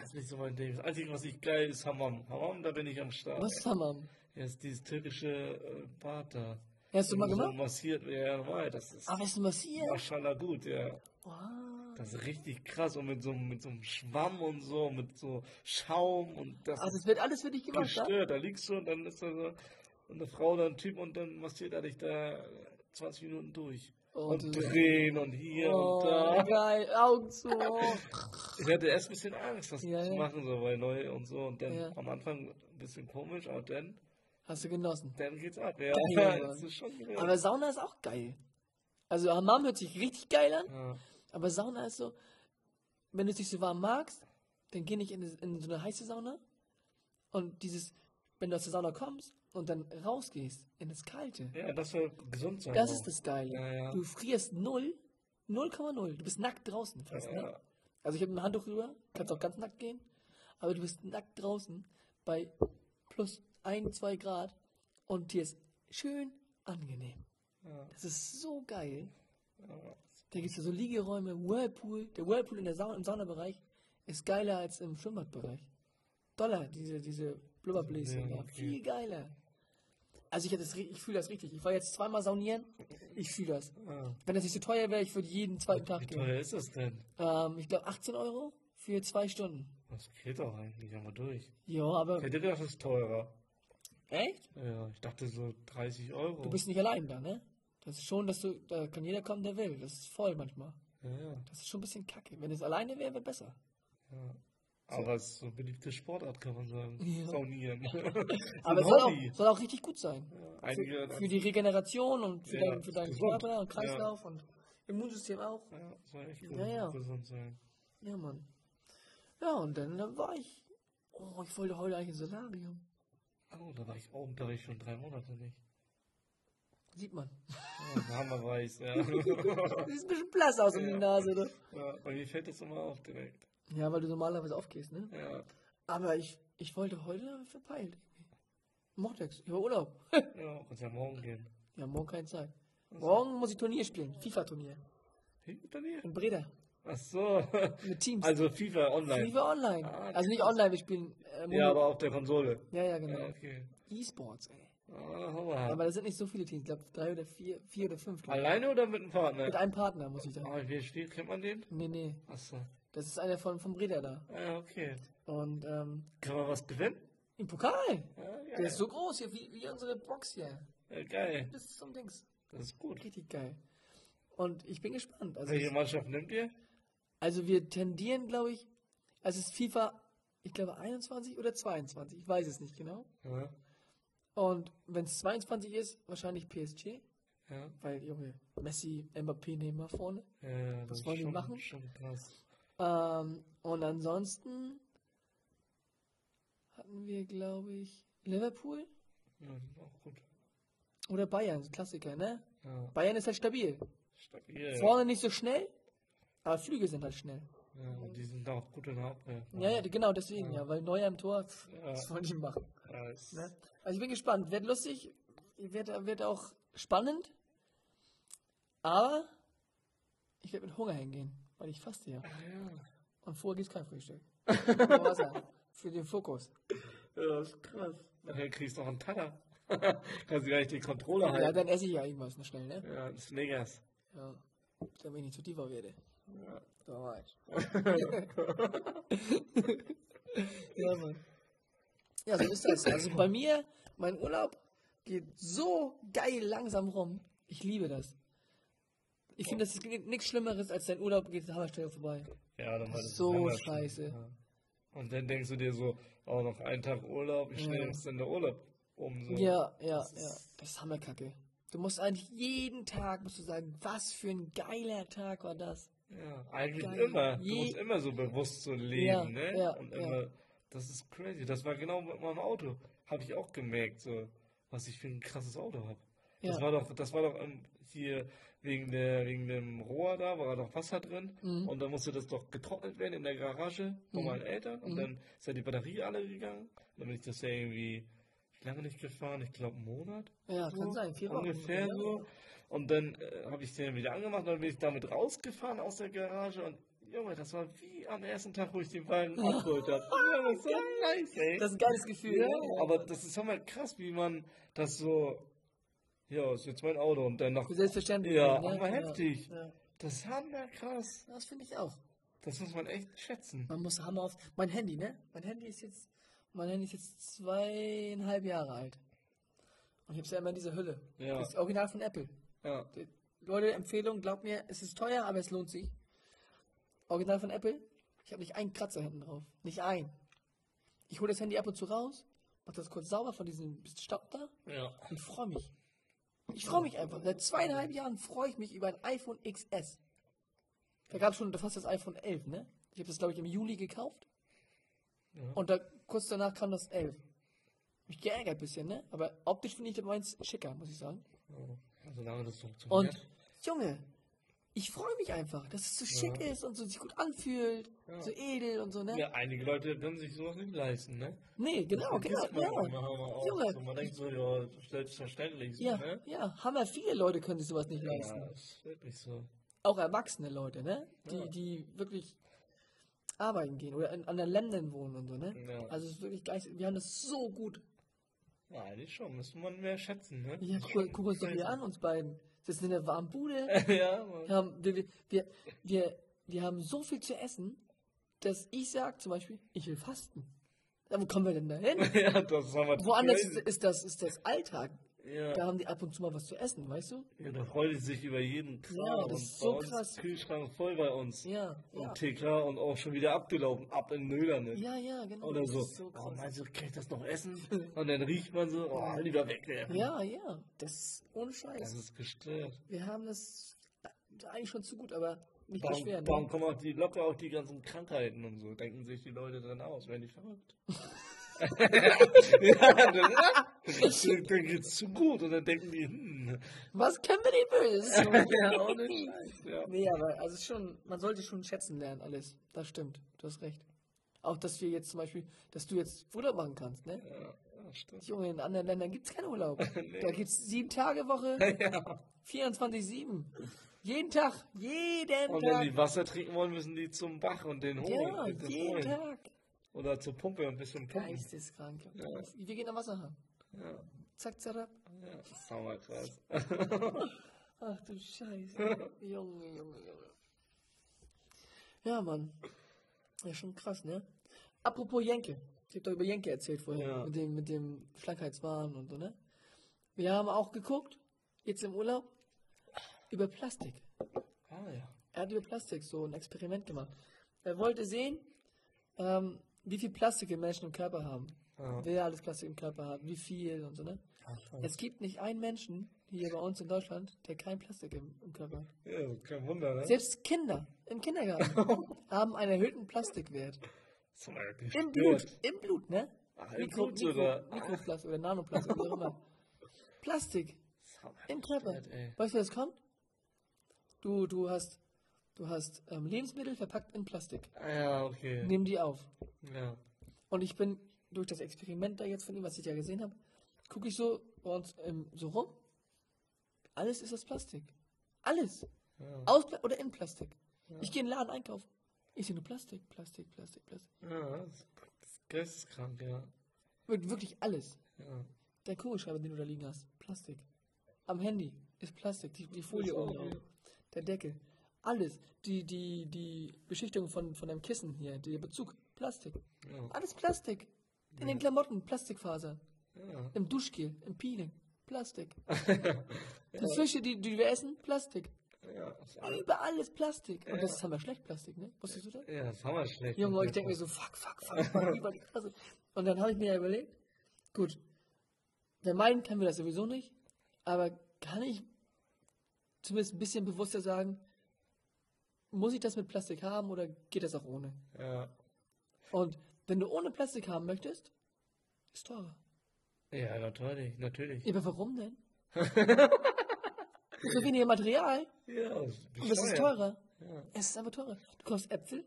S2: Das ist nicht so mein Ding. Das Einzige, was ich geil ist, Hammam. Hammam, da bin ich am
S1: Du
S2: Start.
S1: musst es haben.
S2: Ja, ist dieses türkische äh, Bad da.
S1: Hast du mal
S2: so
S1: gemacht?
S2: massiert mir ja dabei. Das ist
S1: Ach, hast Ah, du massiert?
S2: maschallah gut, ja.
S1: Wow.
S2: Das ist richtig krass und mit so, einem- mit so einem Schwamm und so, mit so Schaum und das
S1: Ach,
S2: ist
S1: Ah, das wird alles für dich gemacht, ja?
S2: gestört. Da liegst du und dann ist da so eine Frau oder ein Typ und dann massiert er dich da 20 Minuten durch.
S1: Oh,
S2: und
S1: du-
S2: drehen und hier
S1: Oh,
S2: und da.
S1: geil. Augen zu.
S2: Ich hatte erst ein bisschen Angst, das
S1: Ja,
S2: zu
S1: ja.
S2: machen, so weil neu und so. Und dann
S1: Ja.
S2: am Anfang ein bisschen komisch, aber dann,
S1: Hast du genossen.
S2: dann geht's ab. Ja,
S1: Geil,
S2: das ist schon geil.
S1: Aber Sauna ist auch geil. Also Hammam hört sich richtig geil an,
S2: ja.
S1: aber Sauna ist so, wenn du es nicht so warm magst, dann geh nicht in, in so eine heiße Sauna und dieses, wenn du aus der Sauna kommst und dann rausgehst in das Kalte,
S2: ja, das soll gesund sein.
S1: das
S2: auch.
S1: ist das Geile.
S2: Ja, ja.
S1: Du frierst null, 0,0. Du bist nackt draußen fast,
S2: Ja,
S1: ne?
S2: ja.
S1: Also ich habe ein Handtuch rüber, kannst auch ganz nackt gehen, aber du bist nackt draußen bei plus 1, 2 Grad und dir ist schön angenehm.
S2: Ja.
S1: Das ist so geil.
S2: Ja.
S1: Da gibt es ja so Liegeräume, Whirlpool. Der Whirlpool in der Sauna, im Saunabereich ist geiler als im Schwimmbadbereich. Dollar, diese, diese Blubberbläschen.
S2: Ja,
S1: Ja,
S2: okay.
S1: Viel geiler. Also ich, hab das, ri- ich fühle das richtig. Ich war jetzt zweimal saunieren. Ich fühle das.
S2: Ah.
S1: Wenn das nicht so teuer wäre, ich würde jeden zweiten
S2: Wie
S1: Tag gehen.
S2: teuer ist das denn?
S1: Ähm, ich glaube 18 Euro für zwei Stunden.
S2: Das geht doch eigentlich einmal durch.
S1: Ja, aber.
S2: Ich hätte gedacht, das ist teurer.
S1: Echt?
S2: Ja, ich dachte so 30 Euro.
S1: Du bist nicht allein da, ne? Das ist schon, dass du. Da kann jeder kommen, der will. Das ist voll manchmal.
S2: ja, ja,
S1: Das ist schon ein bisschen kacke. Wenn es alleine wäre, wäre besser.
S2: ja. Aber es ist so eine beliebte Sportart, kann man sagen.
S1: Ja.
S2: Saunieren. so
S1: Aber
S2: ein
S1: es soll
S2: Hobby.
S1: auch, soll auch richtig gut sein.
S2: Ja, einige,
S1: für, für die Regeneration und für
S2: Ja,
S1: deinen, für deinen
S2: gesund.
S1: Körper und Kreislauf und Immunsystem auch.
S2: ja, soll echt
S1: Ja, ja.
S2: gesund sein.
S1: Ja, Mann. Ja, und dann, dann war ich. Oh, ich wollte heute eigentlich ein Solarium.
S2: Oh, da war ich auch, da war ich schon drei Monate nicht.
S1: Sieht man.
S2: Oh, Hammer weiß, ja.
S1: Sieht ein bisschen blass aus um die
S2: Ja.
S1: Nase, ne?
S2: ja. Bei mir fällt das immer auf direkt.
S1: Ja, weil du normalerweise aufgehst, ne?
S2: Ja,
S1: Aber ich, ich wollte heute verpeilt. Mochte ich's. Ich war Urlaub.
S2: ja, kannst ja morgen gehen.
S1: ja, morgen keine Zeit. Morgen muss ich Turnier spielen. FIFA-Turnier.
S2: Hinten bei mir?
S1: In Breda.
S2: Ach so.
S1: Mit Teams.
S2: Also FIFA online.
S1: FIFA online.
S2: Ah,
S1: Also nicht online, wir spielen. Äh,
S2: Ja,
S1: Mono-
S2: aber auf der Konsole.
S1: ja, ja, genau.
S2: Ja, okay.
S1: E-Sports, ey.
S2: Ah, Hammer.
S1: Aber da sind nicht so viele Teams, ich glaube drei oder vier, vier oder fünf. glaub ich.
S2: Alleine oder mit einem
S1: Mit
S2: Partner?
S1: einem Partner muss ich da.
S2: Ah, wie spielt, kennt man den?
S1: Nee, nee.
S2: Ach so.
S1: Das ist einer von vom Breda da.
S2: Ah, okay.
S1: Und ähm,
S2: Kann man was gewinnen?
S1: im Pokal.
S2: Ah,
S1: Der
S2: ja.
S1: ist so groß hier, wie, wie unsere Box hier.
S2: ja, geil.
S1: Das ist so ein Dings.
S2: Das ist gut.
S1: Richtig geil. Und ich bin gespannt. Also,
S2: Welche Mannschaft nimmt ihr?
S1: also wir tendieren, glaube ich, also es ist FIFA, ich glaube 21 oder 22, ich weiß es nicht genau.
S2: Ja.
S1: Und wenn es 22 ist, wahrscheinlich PSG,
S2: Ja.
S1: weil Junge, Messi, Mbappé nehmen wir vorne.
S2: Ja,
S1: Was
S2: ist
S1: wollen die
S2: schon,
S1: machen?
S2: Schon krass.
S1: Ähm, und ansonsten hatten wir, glaube ich, Liverpool
S2: Ja, die sind auch gut.
S1: oder Bayern, so Klassiker, ne?
S2: Ja,
S1: Bayern ist halt stabil.
S2: stabil.
S1: Vorne nicht so schnell, aber Flüge sind halt schnell.
S2: Ja, und die sind auch gut in der Abwehr.
S1: Ja, ja, genau, deswegen, ja, weil Neuer im Tor, pff,
S2: Ja.
S1: das wollte ich machen.
S2: Ja, ist,
S1: Ne? Also ich bin gespannt, wird lustig, wird, wird auch spannend, aber ich werde mit Hunger hingehen, weil ich faste ja.
S2: ja.
S1: Und vorher gibt es kein Frühstück. Nur Wasser. Für den Fokus.
S2: ja ist krass. Nachher kriegst du noch einen Tatter. Kannst du gar nicht den Controller
S1: Ja,
S2: halten.
S1: dann esse ich ja irgendwas noch schnell, ne?
S2: Ja, das ist Snickers.
S1: Ja, damit ich nicht zu tiefer werde. Da war ich. ja, Mann. Ja, so ist das. Also bei mir, mein Urlaub geht so geil langsam rum. Ich liebe das. Ich finde, das ist nichts Schlimmeres, als dein Urlaub geht Hammerstelle vorbei.
S2: Ja, dann war das
S1: So
S2: Hammer schon.
S1: scheiße.
S2: Ja. Und dann denkst du dir so, oh, noch einen Tag Urlaub, wie schnell
S1: Ja.
S2: ist denn der Urlaub um? So.
S1: Ja, ja,
S2: Das
S1: ja.
S2: ist-
S1: Das ist Hammerkacke. Du musst eigentlich jeden Tag musst du sagen, was für ein geiler Tag war das.
S2: Ja, eigentlich
S1: Geil.
S2: immer. Du
S1: Je-
S2: musst immer so bewusst so leben,
S1: Ja,
S2: ne?
S1: ja,
S2: und
S1: ja.
S2: immer, das ist crazy. Das war genau mit meinem Auto. Habe ich auch gemerkt, so, was ich für ein krasses Auto habe. Das
S1: Ja.
S2: war doch, das war doch ähm, hier wegen der, wegen dem Rohr da, war doch Wasser drin.
S1: Mhm.
S2: Und dann musste das doch getrocknet werden in der Garage von
S1: Mhm.
S2: meinen Eltern. Und
S1: Mhm.
S2: dann ist ja die Batterie alle gegangen. Dann bin ich das ja irgendwie, wie lange nicht gefahren? Ich glaube, einen Monat.
S1: Ja,
S2: so,
S1: Ah, kann sein. Vier Wochen.
S2: Ungefähr
S1: ja.
S2: so. Und dann äh, habe ich den wieder angemacht und dann bin ich damit rausgefahren aus der Garage und Junge, das war wie am ersten Tag, wo ich den Wagen abgeholt habe. Ja, das war nice, ey.
S1: Das Ah. ist ein geiles Gefühl.
S2: ja,
S1: ne?
S2: aber das ist halt krass, wie man das so Ja, ist jetzt mein Auto und dann noch.
S1: Für selbstverständlich.
S2: Ja,
S1: ne?
S2: aber heftig.
S1: Ja.
S2: Das ist hammer krass.
S1: Das finde ich auch.
S2: Das muss man echt schätzen.
S1: Man muss Hammer auf. Mein Handy, ne? Mein Handy ist jetzt. Mein Handy ist jetzt zweieinhalb Jahre alt. Und ich habe ja immer diese Hülle.
S2: Ja.
S1: Das ist original von Apple.
S2: Ja.
S1: Leute, Empfehlung, glaubt mir, es ist teuer, aber es lohnt sich. Original von Apple. Ich habe nicht einen Kratzer hinten drauf. Nicht einen. Ich hole das Handy ab und zu raus, mache das kurz sauber von diesem Staub da
S2: Ja.
S1: und freue mich. Ich freue mich einfach. Seit zweieinhalb Jahren freue ich mich über ein iPhone XS. Da gab es schon fast das iPhone 11, ne? Ich habe das, glaube ich, im Juli gekauft.
S2: Ja.
S1: Und da, kurz danach kam das 11. Mich geärgert ein bisschen, ne? Aber optisch finde ich meins schicker, muss ich sagen.
S2: ja. Also, Solange das funktioniert.
S1: Und, Junge, ich freue mich einfach, dass es so schick ist und so sich gut anfühlt,
S2: Ja.
S1: so edel und so, ne?
S2: Ja, einige Leute können sich sowas nicht leisten, ne?
S1: Nee, genau, genau,
S2: Vergisst man immer,
S1: ja.
S2: hör mal auf.
S1: Junge.
S2: So, man denkt so, ja, selbstverständlich, so,
S1: Ja,
S2: ne?
S1: ja, hammer viele Leute können sich sowas nicht leisten.
S2: Ja, ist wirklich so.
S1: Auch erwachsene Leute, ne? Die,
S2: Ja.
S1: die wirklich arbeiten gehen oder in anderen Ländern wohnen und so, ne?
S2: Ja.
S1: Also es ist wirklich geil. Wir haben das so gut.
S2: Ja, eigentlich schon, müsste man mehr schätzen, ne?
S1: Ja, guck, guck uns doch hier an, uns beiden. Sitzen in der warmen Bude.
S2: ja, man.
S1: Wir haben, wir, wir, wir, wir, wir haben so viel zu essen, dass ich sage zum Beispiel, ich will fasten. Ja, wo kommen wir denn da hin?
S2: ja, das haben wir
S1: Woanders ist,
S2: crazy.
S1: ist, das, ist das Alltag. Da
S2: Ja.
S1: haben die ab und zu mal was zu essen, weißt du?
S2: ja, da freut die sich über jeden Kram.
S1: Ja, das
S2: und
S1: ist
S2: bei
S1: so
S2: uns
S1: krass.
S2: Kühlschrank voll bei uns.
S1: Ja,
S2: Und
S1: ja.
S2: TK und auch schon wieder abgelaufen, ab in Nödernitz.
S1: Ja, ja, genau.
S2: Oder
S1: das
S2: so.
S1: ist so
S2: oh,
S1: krass.
S2: meinst du, kann ich das noch essen? Und dann riecht man so, oh, lieber wegwerfen.
S1: Ja, ja. Das ist ohne
S2: Das
S1: Scheiß.
S2: ist gestört.
S1: Wir haben das eigentlich schon zu gut, aber nicht beschweren.
S2: Warum, warum
S1: Ne?
S2: kommen auch die, locker auch die ganzen Krankheiten und so? Denken sich die Leute drin aus, werden die verrückt. ja, das, dann geht's zu gut und dann denken die, hm,
S1: Was können wir denn Böses? tun?
S2: ja, ohne Scheiß, ja.
S1: Nee, aber also es ist schon, man sollte schon schätzen lernen, alles. Das stimmt, du hast recht. Auch, dass wir jetzt zum Beispiel, dass du jetzt Urlaub machen kannst, ne?
S2: Ja, ja, stimmt.
S1: Junge, in anderen Ländern gibt es keinen Urlaub.
S2: Nee.
S1: Da gibt es sieben Tage Woche, 24-7. Jeden Tag, jeden
S2: Und wenn
S1: Tag.
S2: die Wasser trinken wollen, müssen die zum Bach und den Honig.
S1: Ja,
S2: mit dem
S1: jeden
S2: Honig.
S1: Tag.
S2: Oder zur Pumpe ein bisschen pumpen.
S1: Geisteskrank.
S2: Ja.
S1: Wir gehen am Wasserhahn.
S2: Ja,
S1: Zack, zerab.
S2: ja, das ist hammer krass.
S1: Ach du Scheiße. Junge, Junge, Junge. Ja, Mann. Ja, schon krass, ne? Apropos Jenke. Ich hab doch über Jenke erzählt vorhin.
S2: Ja.
S1: Mit dem, mit dem Schlankheitswahn und so, ne? Wir haben auch geguckt, jetzt im Urlaub, über Plastik.
S2: Ah ja.
S1: Er hat über Plastik so ein Experiment gemacht. Er wollte sehen, ähm, wie viel Plastik wir Menschen im Körper haben.
S2: Ja.
S1: Wer alles Plastik im Körper hat, wie viel und so, ne? Es gibt nicht einen Menschen hier bei uns in Deutschland, der kein Plastik im, im Körper hat.
S2: ja kein Wunder, ne?
S1: Selbst Kinder im Kindergarten haben einen erhöhten Plastikwert.
S2: Das war ja gestört.
S1: Im Blut, im Blut, ne?
S2: Ach, im Blut sogar.
S1: Mikroplastik oder Nanoplastik, wie auch immer. Plastik
S2: Das war ja
S1: im Körper.
S2: gestört, ey.
S1: Weißt du, wie das kommt? Du, du hast, du hast ähm, Lebensmittel verpackt in Plastik.
S2: Ah ja, okay.
S1: Nimm die auf.
S2: Ja.
S1: Und ich bin durch das Experiment da jetzt von ihm, was ich ja gesehen habe, gucke ich so und ähm, so rum. Alles ist aus Plastik. Alles.
S2: Ja.
S1: Aus Pla oder in Plastik. Ich gehe in den Laden einkaufen. Ich sehe nur Plastik, Plastik, Plastik, Plastik.
S2: Ja, das ist geisteskrank, ja.
S1: Wir- Wirklich alles.
S2: ja.
S1: Der Kugelschreiber, den du da liegen hast, Plastik. Am Handy ist Plastik, die, die Folie
S2: Ist auch,
S1: oben
S2: ja.
S1: drauf. Der Deckel. Alles. Die, die, die Beschichtung von, von deinem Kissen hier, der Bezug, Plastik.
S2: Ja.
S1: Alles Plastik. In den Klamotten, Plastikfaser.
S2: ja.
S1: Im Duschgel, im Peeling, Plastik. Die Fische, die, die wir essen, Plastik.
S2: Ja, das ist alles-
S1: Überall ist Plastik. Und das ist hammer schlecht Plastik, ne? Wusstest du das?
S2: ja, das ist hammer schlecht.
S1: Junge, ich denke mir so, fuck, fuck, fuck, fuck, über die Klasse. Und dann habe ich mir ja überlegt, gut, vermeiden können wir das sowieso nicht, aber kann ich zumindest ein bisschen bewusster sagen, muss ich das mit Plastik haben oder geht das auch ohne?
S2: Ja.
S1: Und wenn du ohne Plastik haben möchtest, ist teurer.
S2: Ja, natürlich, natürlich.
S1: Ja, aber warum denn? so weniger Material
S2: Ja, das ist,
S1: und es ist
S2: bescheuert.
S1: teurer.
S2: Ja.
S1: Es ist einfach teurer. Du kaufst Äpfel,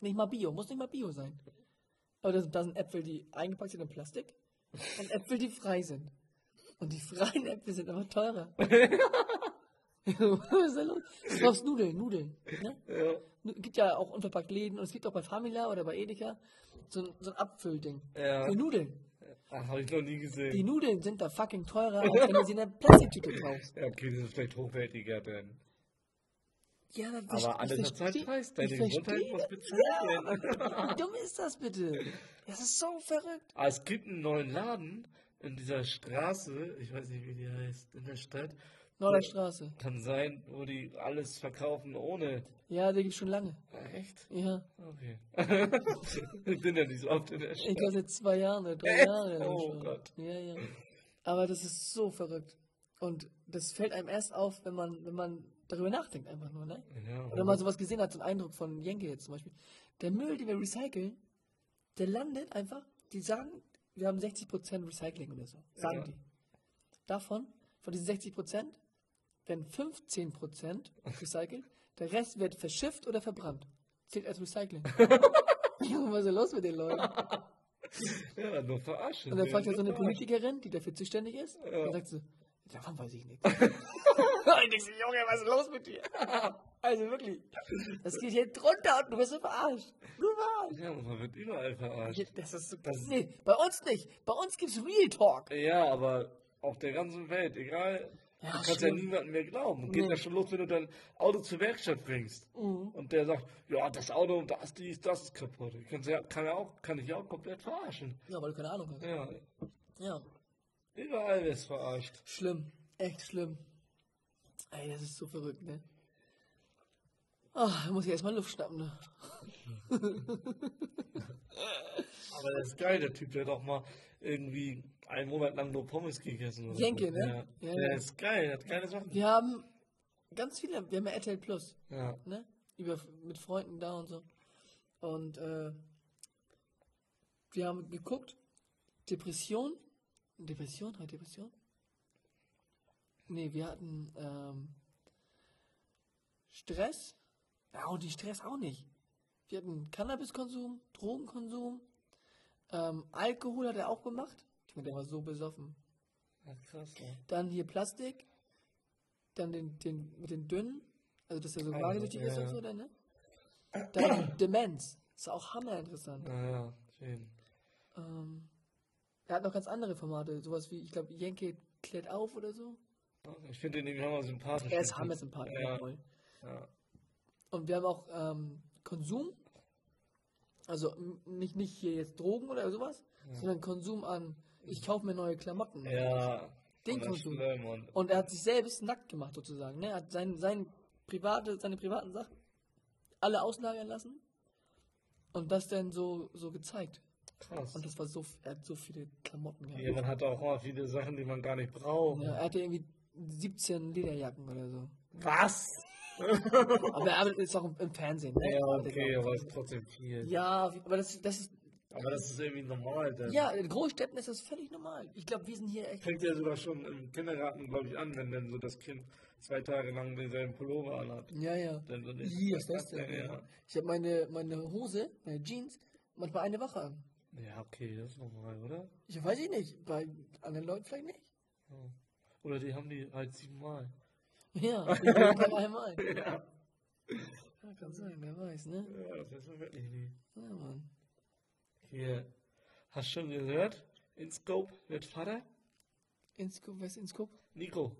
S1: nicht mal Bio, muss nicht mal Bio sein. Aber da sind, da sind Äpfel, die eingepackt sind in Plastik und Äpfel, die frei sind. Und die freien Äpfel sind aber teurer. Was ist da los? Du kaufst Nudeln, Nudeln. Ne?
S2: Ja.
S1: Nu- gibt ja auch unverpackt Läden und es gibt auch bei Famila oder bei Edeka so ein, so ein Apfelding.
S2: Ja.
S1: Für Nudeln.
S2: Ach, habe Ah, ich noch nie gesehen.
S1: Die Nudeln sind da fucking teurer, als wenn du sie in einer Plastiktüte kaufst.
S2: ja, okay, das ist vielleicht hochwertiger, denn.
S1: Ja, das
S2: Aber alles hat seinen Preis, denn die Gesundheit muss bezahlt werden.
S1: Wie dumm ist das bitte? Das ist so verrückt.
S2: Ah, es gibt einen neuen Laden in dieser Straße, ich weiß nicht, wie die heißt, in der Stadt.
S1: Norderstraße.
S2: Kann sein, wo die alles verkaufen ohne.
S1: Ja, der gibt schon lange.
S2: Ah, echt?
S1: Ja.
S2: Okay. ich bin ja nicht so oft in der
S1: Ich
S2: Stadt.
S1: glaube, seit zwei Jahren oder drei
S2: Echt?
S1: Jahren. oder
S2: Oh
S1: schon.
S2: Gott.
S1: Ja, ja. Aber das ist so verrückt. Und das fällt einem erst auf, wenn man, wenn man darüber nachdenkt, einfach nur, ne?
S2: Ja,
S1: Oder mal sowas gesehen hat, so einen Eindruck von Jenke jetzt zum Beispiel. Der Müll, den wir recyceln, der landet einfach, die sagen, wir haben 60% Recycling oder so. Sagen
S2: Ja.
S1: die. Davon, von diesen 60%, werden 15% recycelt, der Rest wird verschifft oder verbrannt. Zählt als Recycling. Junge, was ist denn los mit den Leuten?
S2: ja nur verarschen.
S1: Und dann
S2: wir.
S1: fragt er so eine Politikerin, die dafür zuständig ist, und sagt so, davon weiß ich nichts. Und ich so, Junge, was ist los mit dir? Also wirklich, das geht hier drunter und du bist so verarscht. Du verarscht.
S2: Ja, man wird überall verarscht.
S1: Hier, Das ist so,
S2: Das-
S1: nee, bei uns nicht. Bei uns gibt's Real Talk.
S2: Ja, aber auf der ganzen Welt, egal,
S1: Ja,
S2: du kannst
S1: stimmt.
S2: ja niemandem mehr glauben.
S1: Nee.
S2: Geht
S1: Mhm.
S2: ja schon los, wenn du dein Auto zur Werkstatt bringst. Und der sagt, ja, das Auto, das, dies, das ist kaputt. Ich kann's ja, kann, ja auch, kann ich ja auch komplett verarschen.
S1: Ja, weil du keine Ahnung hast.
S2: Ja,
S1: Ja,
S2: überall wirst verarscht.
S1: schlimm. Echt schlimm. Ey, das ist so verrückt, ne? Ach, da muss ich erstmal Luft schnappen, ne?
S2: Aber das ist geil, der Typ, der hat auch mal irgendwie einen Monat lang nur Pommes gegessen. oder
S1: Jenke, ne?
S2: Ja.
S1: Ja,
S2: Der
S1: ja.
S2: ist geil, der hat geile Sachen.
S1: Wir haben ganz viele, wir haben ja RTL Plus.
S2: Ja.
S1: ne? Über, mit Freunden da und so. Und äh, wir haben geguckt, Depression. Depression, hat Depression? Nee, wir hatten ähm, Stress. Ja, und die Stress auch nicht. Wir hatten Cannabiskonsum, Drogenkonsum, ähm, Alkohol hat er auch gemacht. Junge, Der war so besoffen.
S2: ja krass, ne?
S1: Dann hier Plastik. Dann den, den, mit den dünnen. Also, dass er so
S2: Ah,
S1: magersüchtig ist
S2: ja,
S1: und
S2: ja.
S1: so, dann, ne? Dann Demenz. Ist auch hammerinteressant.
S2: Naja, schön.
S1: Ähm, er hat noch ganz andere Formate. Sowas wie, ich glaube, Jenke klärt auf oder so.
S2: Ich finde den irgendwie hammer sympathisch.
S1: Er ist hammersympathisch.
S2: Ja,
S1: voll.
S2: ja.
S1: Und wir haben auch ähm, Konsum. Also, m- nicht, nicht hier jetzt Drogen oder sowas, sondern Konsum an, ich kaufe mir neue Klamotten.
S2: ja.
S1: Den
S2: Und das
S1: Konsum.
S2: Schlimm und
S1: Und er hat sich selbst nackt gemacht sozusagen. Ne? Er hat sein, sein private, seine privaten Sachen alle auslagern lassen und das dann so, so gezeigt.
S2: krass.
S1: Und das war so, er hat so viele Klamotten gehabt.
S2: Ja, man hat auch immer viele Sachen, die man gar nicht braucht.
S1: Ja, er hatte irgendwie 17 Lederjacken oder so.
S2: Was?
S1: Aber er arbeitet jetzt auch im, im Fernsehen. Ne?
S2: Ja, okay, aber es ist trotzdem viel.
S1: Ja, aber das, das ist,
S2: Aber das ist irgendwie normal. Denn
S1: ja, in Großstädten ist das völlig normal. Ich glaube, wir sind hier echt,
S2: Fängt ja sogar schon im Kindergarten, glaube ich, an, wenn dann so das Kind zwei Tage lang denselben Pullover anhat.
S1: ja, ja.
S2: Dann so nicht.
S1: Ih, was ist das denn?
S2: Ja.
S1: Ich habe meine, meine Hose, meine Jeans, manchmal eine Woche an.
S2: ja, okay, das ist normal, oder?
S1: Ich weiß ich nicht, bei anderen Leuten vielleicht nicht.
S2: Ja. Oder die haben die halt siebenmal.
S1: Ja, ich kann einmal. Ja. kann sein, wer weiß, ne?
S2: Ja, das wissen wir wirklich nie.
S1: Ja, Mann.
S2: Hier. Hast schon gehört? InScope wird Vater?
S1: Inscope, wer ist Inscope?
S2: Nico.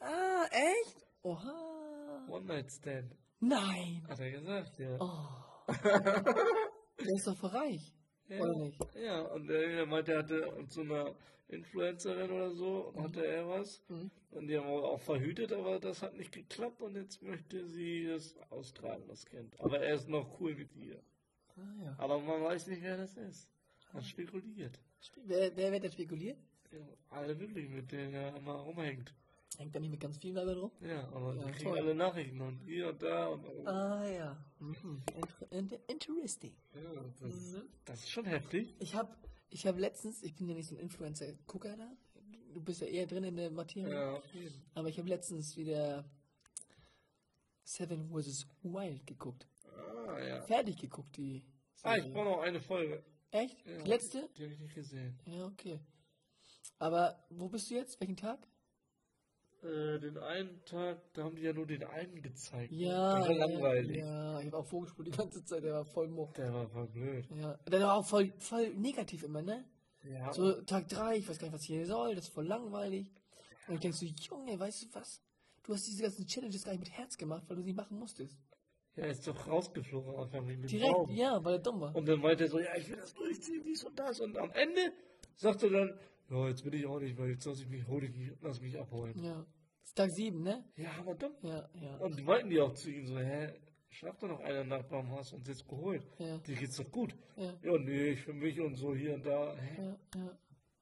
S1: Ah, echt? Oha.
S2: One-Night-Stand.
S1: Nein.
S2: Hat er gesagt, ja.
S1: Oh, Der ist doch verreich.
S2: Ja.
S1: Oder nicht?
S2: Ja, und äh, er meinte, er hatte zu einer Influencerin oder so, hatte er was.
S1: Mhm.
S2: Und die haben auch verhütet, aber das hat nicht geklappt und jetzt möchte sie das austragen, das Kind. Aber er ist noch cool mit ihr.
S1: Ah, ja.
S2: Aber man weiß nicht, wer das ist. Man spekuliert.
S1: Spe- Wer, wer wird da spekuliert?
S2: Ja, alle möglichen, mit denen er immer rumhängt.
S1: Hängt da nicht mit ganz vielen Leuten rum?
S2: Ja, aber
S1: Ja,
S2: die kriegen
S1: toll.
S2: alle Nachrichten und hier und da. Und,
S1: Ah, ja. Mhm. Inter inter interesting.
S2: ja, das, ist,
S1: Mhm.
S2: das ist schon heftig.
S1: Ich habe ich hab letztens, ich bin ja nicht so ein Influencer-Gucker da. Du bist ja eher drin in der Materie.
S2: Ja, auf jeden
S1: Aber ich habe letztens wieder Seven vs. Wild geguckt.
S2: Fall. Ah, ja.
S1: Fertig geguckt, die.
S2: Ah,
S1: Serie.
S2: ich brauche noch eine Folge.
S1: Echt?
S2: Ja.
S1: Die letzte?
S2: Die habe ich nicht gesehen.
S1: Ja, okay. Aber wo bist du jetzt? Welchen Tag?
S2: Äh, den einen Tag, da haben die ja nur den einen gezeigt.
S1: Ja.
S2: Der war
S1: ja,
S2: langweilig.
S1: Ja, ich habe auch vorgespult die ganze Zeit, der war voll mo.
S2: Der war voll blöd.
S1: Ja. Der war auch voll, voll negativ immer, ne?
S2: Ja.
S1: So Tag 3, ich weiß gar nicht, was hier soll, das ist voll langweilig. Und ich denke so, Junge, weißt du was? Du hast diese ganzen Challenges gar nicht mit Herz gemacht, weil du sie machen musstest.
S2: Er ist doch rausgeflogen am Anfang wegen dem
S1: Direkt,
S2: Baum.
S1: ja, weil er dumm war.
S2: Und dann meinte er so, ja, ich will das durchziehen, dies und das. Und am Ende sagt er dann, ja, jetzt bin ich auch nicht, weil jetzt lass ich mich, hol ich mich, lass mich abholen.
S1: Ja. Das ist Tag 7, ne?
S2: Ja, aber dumm.
S1: Ja, ja.
S2: Und die meinten die auch zu ihm so, hä, schlaf doch noch einer nach beim Haus und jetzt geholt.
S1: Ja.
S2: Dir geht's doch gut.
S1: Ja.
S2: Ja, nee, ich für mich und so hier und da. Hä?
S1: Ja, ja.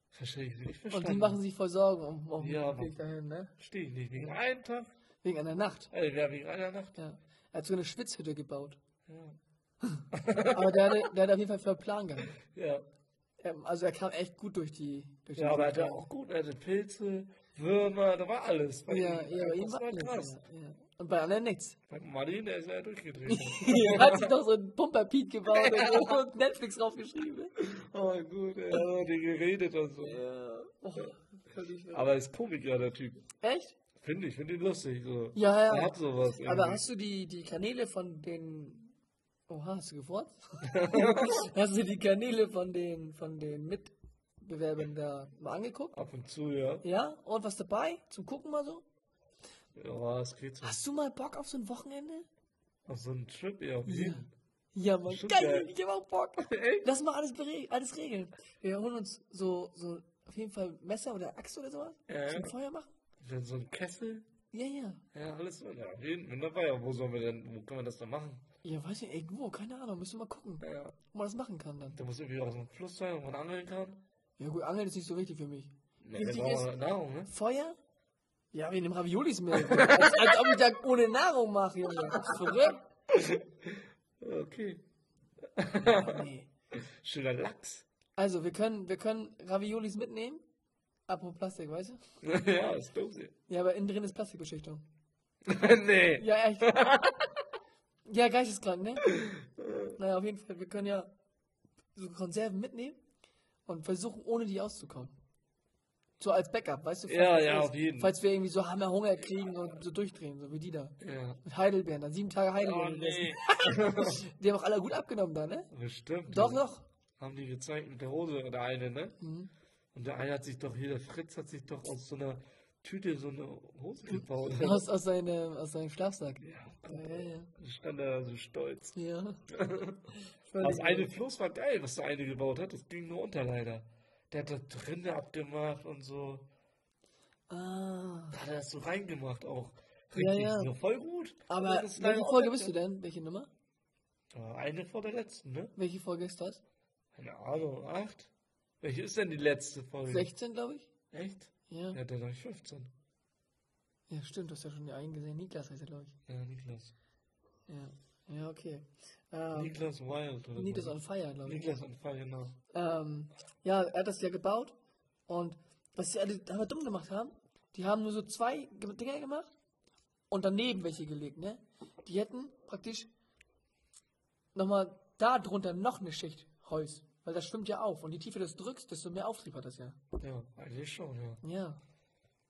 S2: Verstehe ich nicht.
S1: Und
S2: Verstanden.
S1: die machen sich voll Sorgen um, um
S2: Ja,
S1: den
S2: aber-
S1: Weg dahin, ne?
S2: Verstehe ich nicht. Wegen einem Tag,
S1: Wegen einer Nacht.
S2: äh, ja, wegen einer Nacht.
S1: Ja. Er hat so eine Schwitzhütte gebaut.
S2: Ja.
S1: Aber der, hatte- der hat auf jeden Fall voll Plan gehabt.
S2: Ja,
S1: Ähm, Also er kam echt gut durch die. Durch
S2: ja
S1: die
S2: aber er hatte auch gut, er hatte Pilze, Würmer, da war alles. Bei
S1: Ja,
S2: ihm.
S1: ja, bei ihm
S2: das
S1: war
S2: war
S1: alles.
S2: krass.
S1: Ja, ja. Und bei anderen nichts.
S2: Bei Marlene, der ist ja durchgedreht.
S1: Er hat sich doch so einen Pumperpiet gebaut und, so und Netflix draufgeschrieben.
S2: oh, gut, er hat auch nicht geredet und so.
S1: Ja. Oh, völlig verrückt.
S2: Aber er ist Komiker, der Typ.
S1: Echt?
S2: Finde ich, finde ihn lustig. So.
S1: Ja,
S2: Er
S1: ja.
S2: hat sowas.
S1: Aber
S2: irgendwie.
S1: hast du die, die Kanäle von den. Oha, hast du gefurzt? hast du die Kanäle von den, von den Mitbewerbern da mal angeguckt?
S2: Ab und zu, ja.
S1: Ja? Und was dabei? Zum Gucken mal so?
S2: Ja, es geht so.
S1: Hast du mal Bock auf so ein Wochenende?
S2: Auf so einen Trip, ja. auf
S1: Ja.
S2: jeden.
S1: Ja, Mann,
S2: Stimmt,
S1: geil,
S2: geil.
S1: ich hab auch Bock.
S2: Echt?
S1: Lass mal alles, bereg- alles regeln. Wir holen uns so, so auf jeden Fall Messer oder Axt oder sowas
S2: Ja.
S1: zum Feuer machen.
S2: Dann so ein Kessel.
S1: Ja, ja.
S2: Ja, alles so. Ja, auf jeden Fall. Dabei, ja, wo sollen wir denn, wo können wir das denn machen?
S1: Ja, weiß nicht, irgendwo, keine Ahnung, müssen wir mal gucken, ob
S2: Ja.
S1: man das machen kann dann.
S2: Da muss irgendwie auch so ein Fluss sein, wo man angeln kann.
S1: Ja gut, Angeln ist nicht so wichtig für mich.
S2: Nee, wir
S1: Wichtig
S2: brauchen Nahrung, ne?
S1: Feuer? Ja, wir nehmen Raviolis mit. als, als ob ich da ohne Nahrung mache, Junge. Das ist verrückt.
S2: Okay.
S1: Nee.
S2: Schöner Lachs.
S1: Also, wir können, wir können Raviolis mitnehmen. Apropos Plastik, weißt du?
S2: ja, ist doof. hier.
S1: Ja, aber innen drin ist Plastikbeschichtung.
S2: nee.
S1: Ja, echt. ja, geisteskrank, ne? Naja, auf jeden Fall, wir können ja so Konserven mitnehmen und versuchen, ohne die auszukommen. So als Backup, weißt du? falls
S2: Ja,
S1: was
S2: ja,
S1: ist.
S2: auf jeden.
S1: Falls wir irgendwie so Hammerhunger kriegen und so durchdrehen, so wie die da.
S2: Ja.
S1: Mit Heidelbeeren, dann sieben Tage
S2: Oh,
S1: Heidelbeeren. gegessen.
S2: nee.
S1: Die haben auch alle gut abgenommen da, ne?
S2: Bestimmt.
S1: Doch, doch. Mhm.
S2: Haben die gezeigt mit der Hose, der eine, ne? Und der eine hat sich doch hier, der Fritz hat sich doch aus so einer Tüte so eine Hose gebaut.
S1: Aus, aus, seinem, aus seinem Schlafsack.
S2: Ja,
S1: Ja, ja.
S2: da stand er da so stolz.
S1: ja.
S2: Das
S1: Völlig
S2: eine Floß war geil, was der eine gebaut hat. Das ging nur unter leider. Der hat da Rinde abgemacht und so.
S1: Ah.
S2: Da hat er das so reingemacht auch.
S1: Ja,
S2: Richtig,
S1: ja.
S2: so voll gut.
S1: Aber
S2: Das ist leider
S1: welche
S2: auch
S1: Folge
S2: der-
S1: bist du denn? Welche Nummer?
S2: Ja, Eine vor der letzten, ne?
S1: Welche Folge ist das?
S2: Keine Ahnung, acht? Welche ist denn die letzte Folge?
S1: 16, glaube ich.
S2: Echt?
S1: Ja.
S2: Oh Ja, dann habe ich 15.
S1: Ja, stimmt, du hast ja schon die einen gesehen. Niklas heißt er, glaube ich.
S2: Ja, Niklas.
S1: Ja, ja okay. Ähm,
S2: Niklas Wild. Oder
S1: Niklas
S2: so.
S1: on Fire, glaube ich.
S2: Niklas on Fire, genau.
S1: Ähm, ja, er hat das ja gebaut. Und was sie alle aber dumm gemacht haben, die haben nur so zwei Ge- Dinger gemacht und daneben welche gelegt, ne? Die hätten praktisch nochmal da drunter noch eine Schicht Holz. Weil das schwimmt ja auf. Und je tiefer du das drückst, desto mehr Auftrieb hat das ja.
S2: Ja, eigentlich schon, ja.
S1: Ja.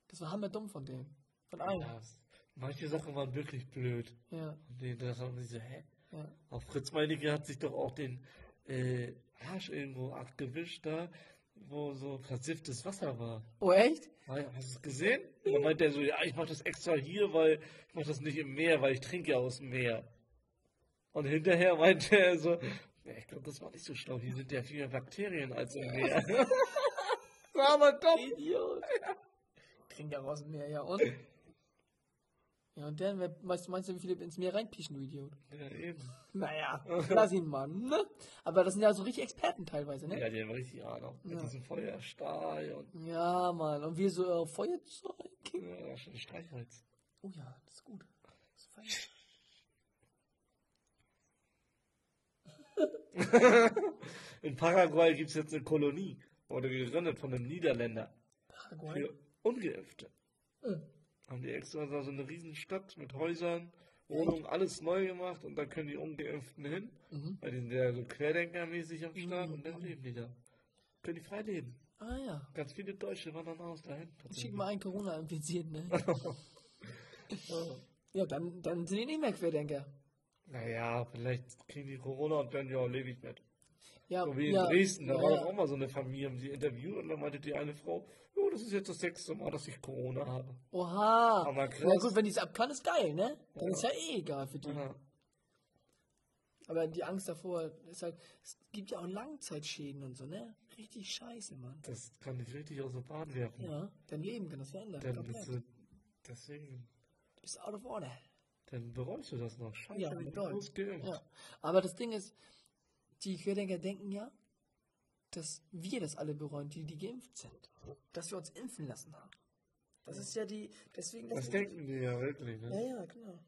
S1: Das war hammerdumm von denen. Von allen.
S2: ja. es- Manche Sachen waren wirklich blöd.
S1: Ja,
S2: Und die, das haben sie so, hä?
S1: ja.
S2: Auch Fritz Meinecke hat sich doch auch den äh, Arsch irgendwo abgewischt da, wo so versifftes Wasser war.
S1: Oh, echt?
S2: Ah Hast du es gesehen? Da meint er so, ja, ich mach das extra hier, weil ich mach das nicht im Meer, weil ich trinke ja aus dem Meer. Und hinterher meinte er so, ja, ich glaube, das war nicht so schlau, hier sind ja viel mehr Bakterien als im Meer. war aber dumm.
S1: Idiot. Trink ja aus dem Meer, ja und? Ja und dann, wer- weißt du, meinst du, wie viele ins Meer reinpischen, du Idiot?
S2: Ja, eben.
S1: Naja, lass ihn mal, ne? Aber das sind ja so richtig Experten teilweise, ne?
S2: Ja, die haben richtig Ahnung. Mit
S1: Ja.
S2: diesem Feuerstahl und
S1: Ja, Mann, und wir so äh, Feuerzeug.
S2: ja, schon Streichholz.
S1: Oh ja, das ist gut. Das ist fein.
S2: In Paraguay gibt es jetzt eine Kolonie. Wurde gegründet von einem Niederländer.
S1: Paraguay.
S2: Für Ungeimpfte.
S1: Äh,
S2: Haben die extra da so eine Riesenstadt mit Häusern, Wohnungen, alles neu gemacht und da können die Ungeimpften hin.
S1: Mhm.
S2: Weil die sind ja so querdenkermäßig am Start
S1: Mhm.
S2: und dann leben die da. Können die frei leben.
S1: Ah ja.
S2: Ganz viele Deutsche wandern aus dahin.
S1: Schick mal einen Corona infiziert, ne? ja, dann, dann sind die nicht mehr Querdenker.
S2: Naja, vielleicht kriegen die Corona und werden ja auch ledig mit.
S1: Ja,
S2: So wie in
S1: ja,
S2: Dresden, da
S1: ja,
S2: war
S1: ja.
S2: doch auch mal so eine Familie, haben sie interviewt und dann meinte die eine Frau, jo, das ist jetzt das sechste Mal, dass ich Corona habe.
S1: Oha.
S2: Aber
S1: Na
S2: krass.
S1: gut, wenn die es ab kann, ist geil, ne? Dann ist ja eh egal für die.
S2: Ja.
S1: Aber die Angst davor ist halt, es gibt ja auch Langzeitschäden und so, ne? Richtig scheiße, Mann.
S2: Das kann dich richtig aus der Bahn werfen.
S1: Ja, dein Leben kann das verändern.
S2: Dann
S1: komplett.
S2: bist du, deswegen,
S1: Du bist out of order.
S2: dann bereust du das noch. Scheiße,
S1: Ja,
S2: ich
S1: mit
S2: bin
S1: Deutsch.
S2: bloß geimpft.
S1: Ja. Aber das Ding ist, die Querdenker denken ja, dass wir das alle bereuen, die, die geimpft sind. Dass wir uns impfen lassen haben. Das ist ja die, deswegen...
S2: Das denken die ja wirklich,
S1: Ja,
S2: ne?
S1: ja, genau.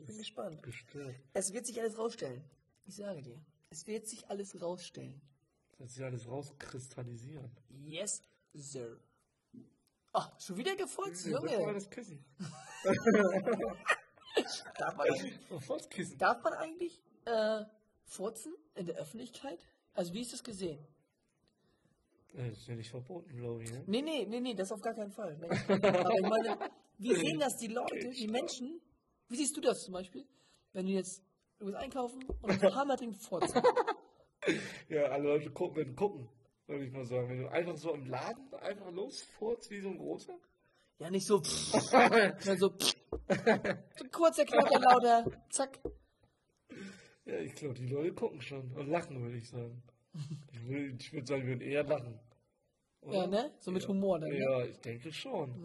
S1: Ich bin gespannt.
S2: Gestört.
S1: Es wird sich alles rausstellen. Ich sage dir. Es wird sich alles rausstellen.
S2: Dass sie alles rauskristallisieren.
S1: Yes, sir. Ach, schon wieder gefurzt,
S2: Das war
S1: Junge.
S2: das Kissen.
S1: Darf man,
S2: Voll das Kissen.
S1: darf man eigentlich äh, furzen in der Öffentlichkeit? Also wie ist das gesehen?
S2: Äh, ist ja nicht verboten, glaube ich, ne?
S1: Nee, nee, nee, nee, das auf gar keinen Fall. Nee. Aber ich meine, wie sehen das die Leute, die Menschen? Wie siehst du das zum Beispiel? Wenn du jetzt, du willst einkaufen und auf Hammer den furzen.
S2: Ja, alle Leute gucken, werden gucken, würde ich mal sagen. Wenn du einfach so im Laden einfach losfurzt wie so ein großer.
S1: Ja, nicht so, pff, sondern so, pff. so kurz erklärt, dann lauter, zack.
S2: Ja, ich glaube, die Leute gucken schon und lachen, würde ich sagen. Ich würde ich würd sagen, die würden eher lachen. Oder?
S1: Ja, ne? So mit
S2: Ja.
S1: Humor dann. Ne?
S2: Ja, ich denke schon.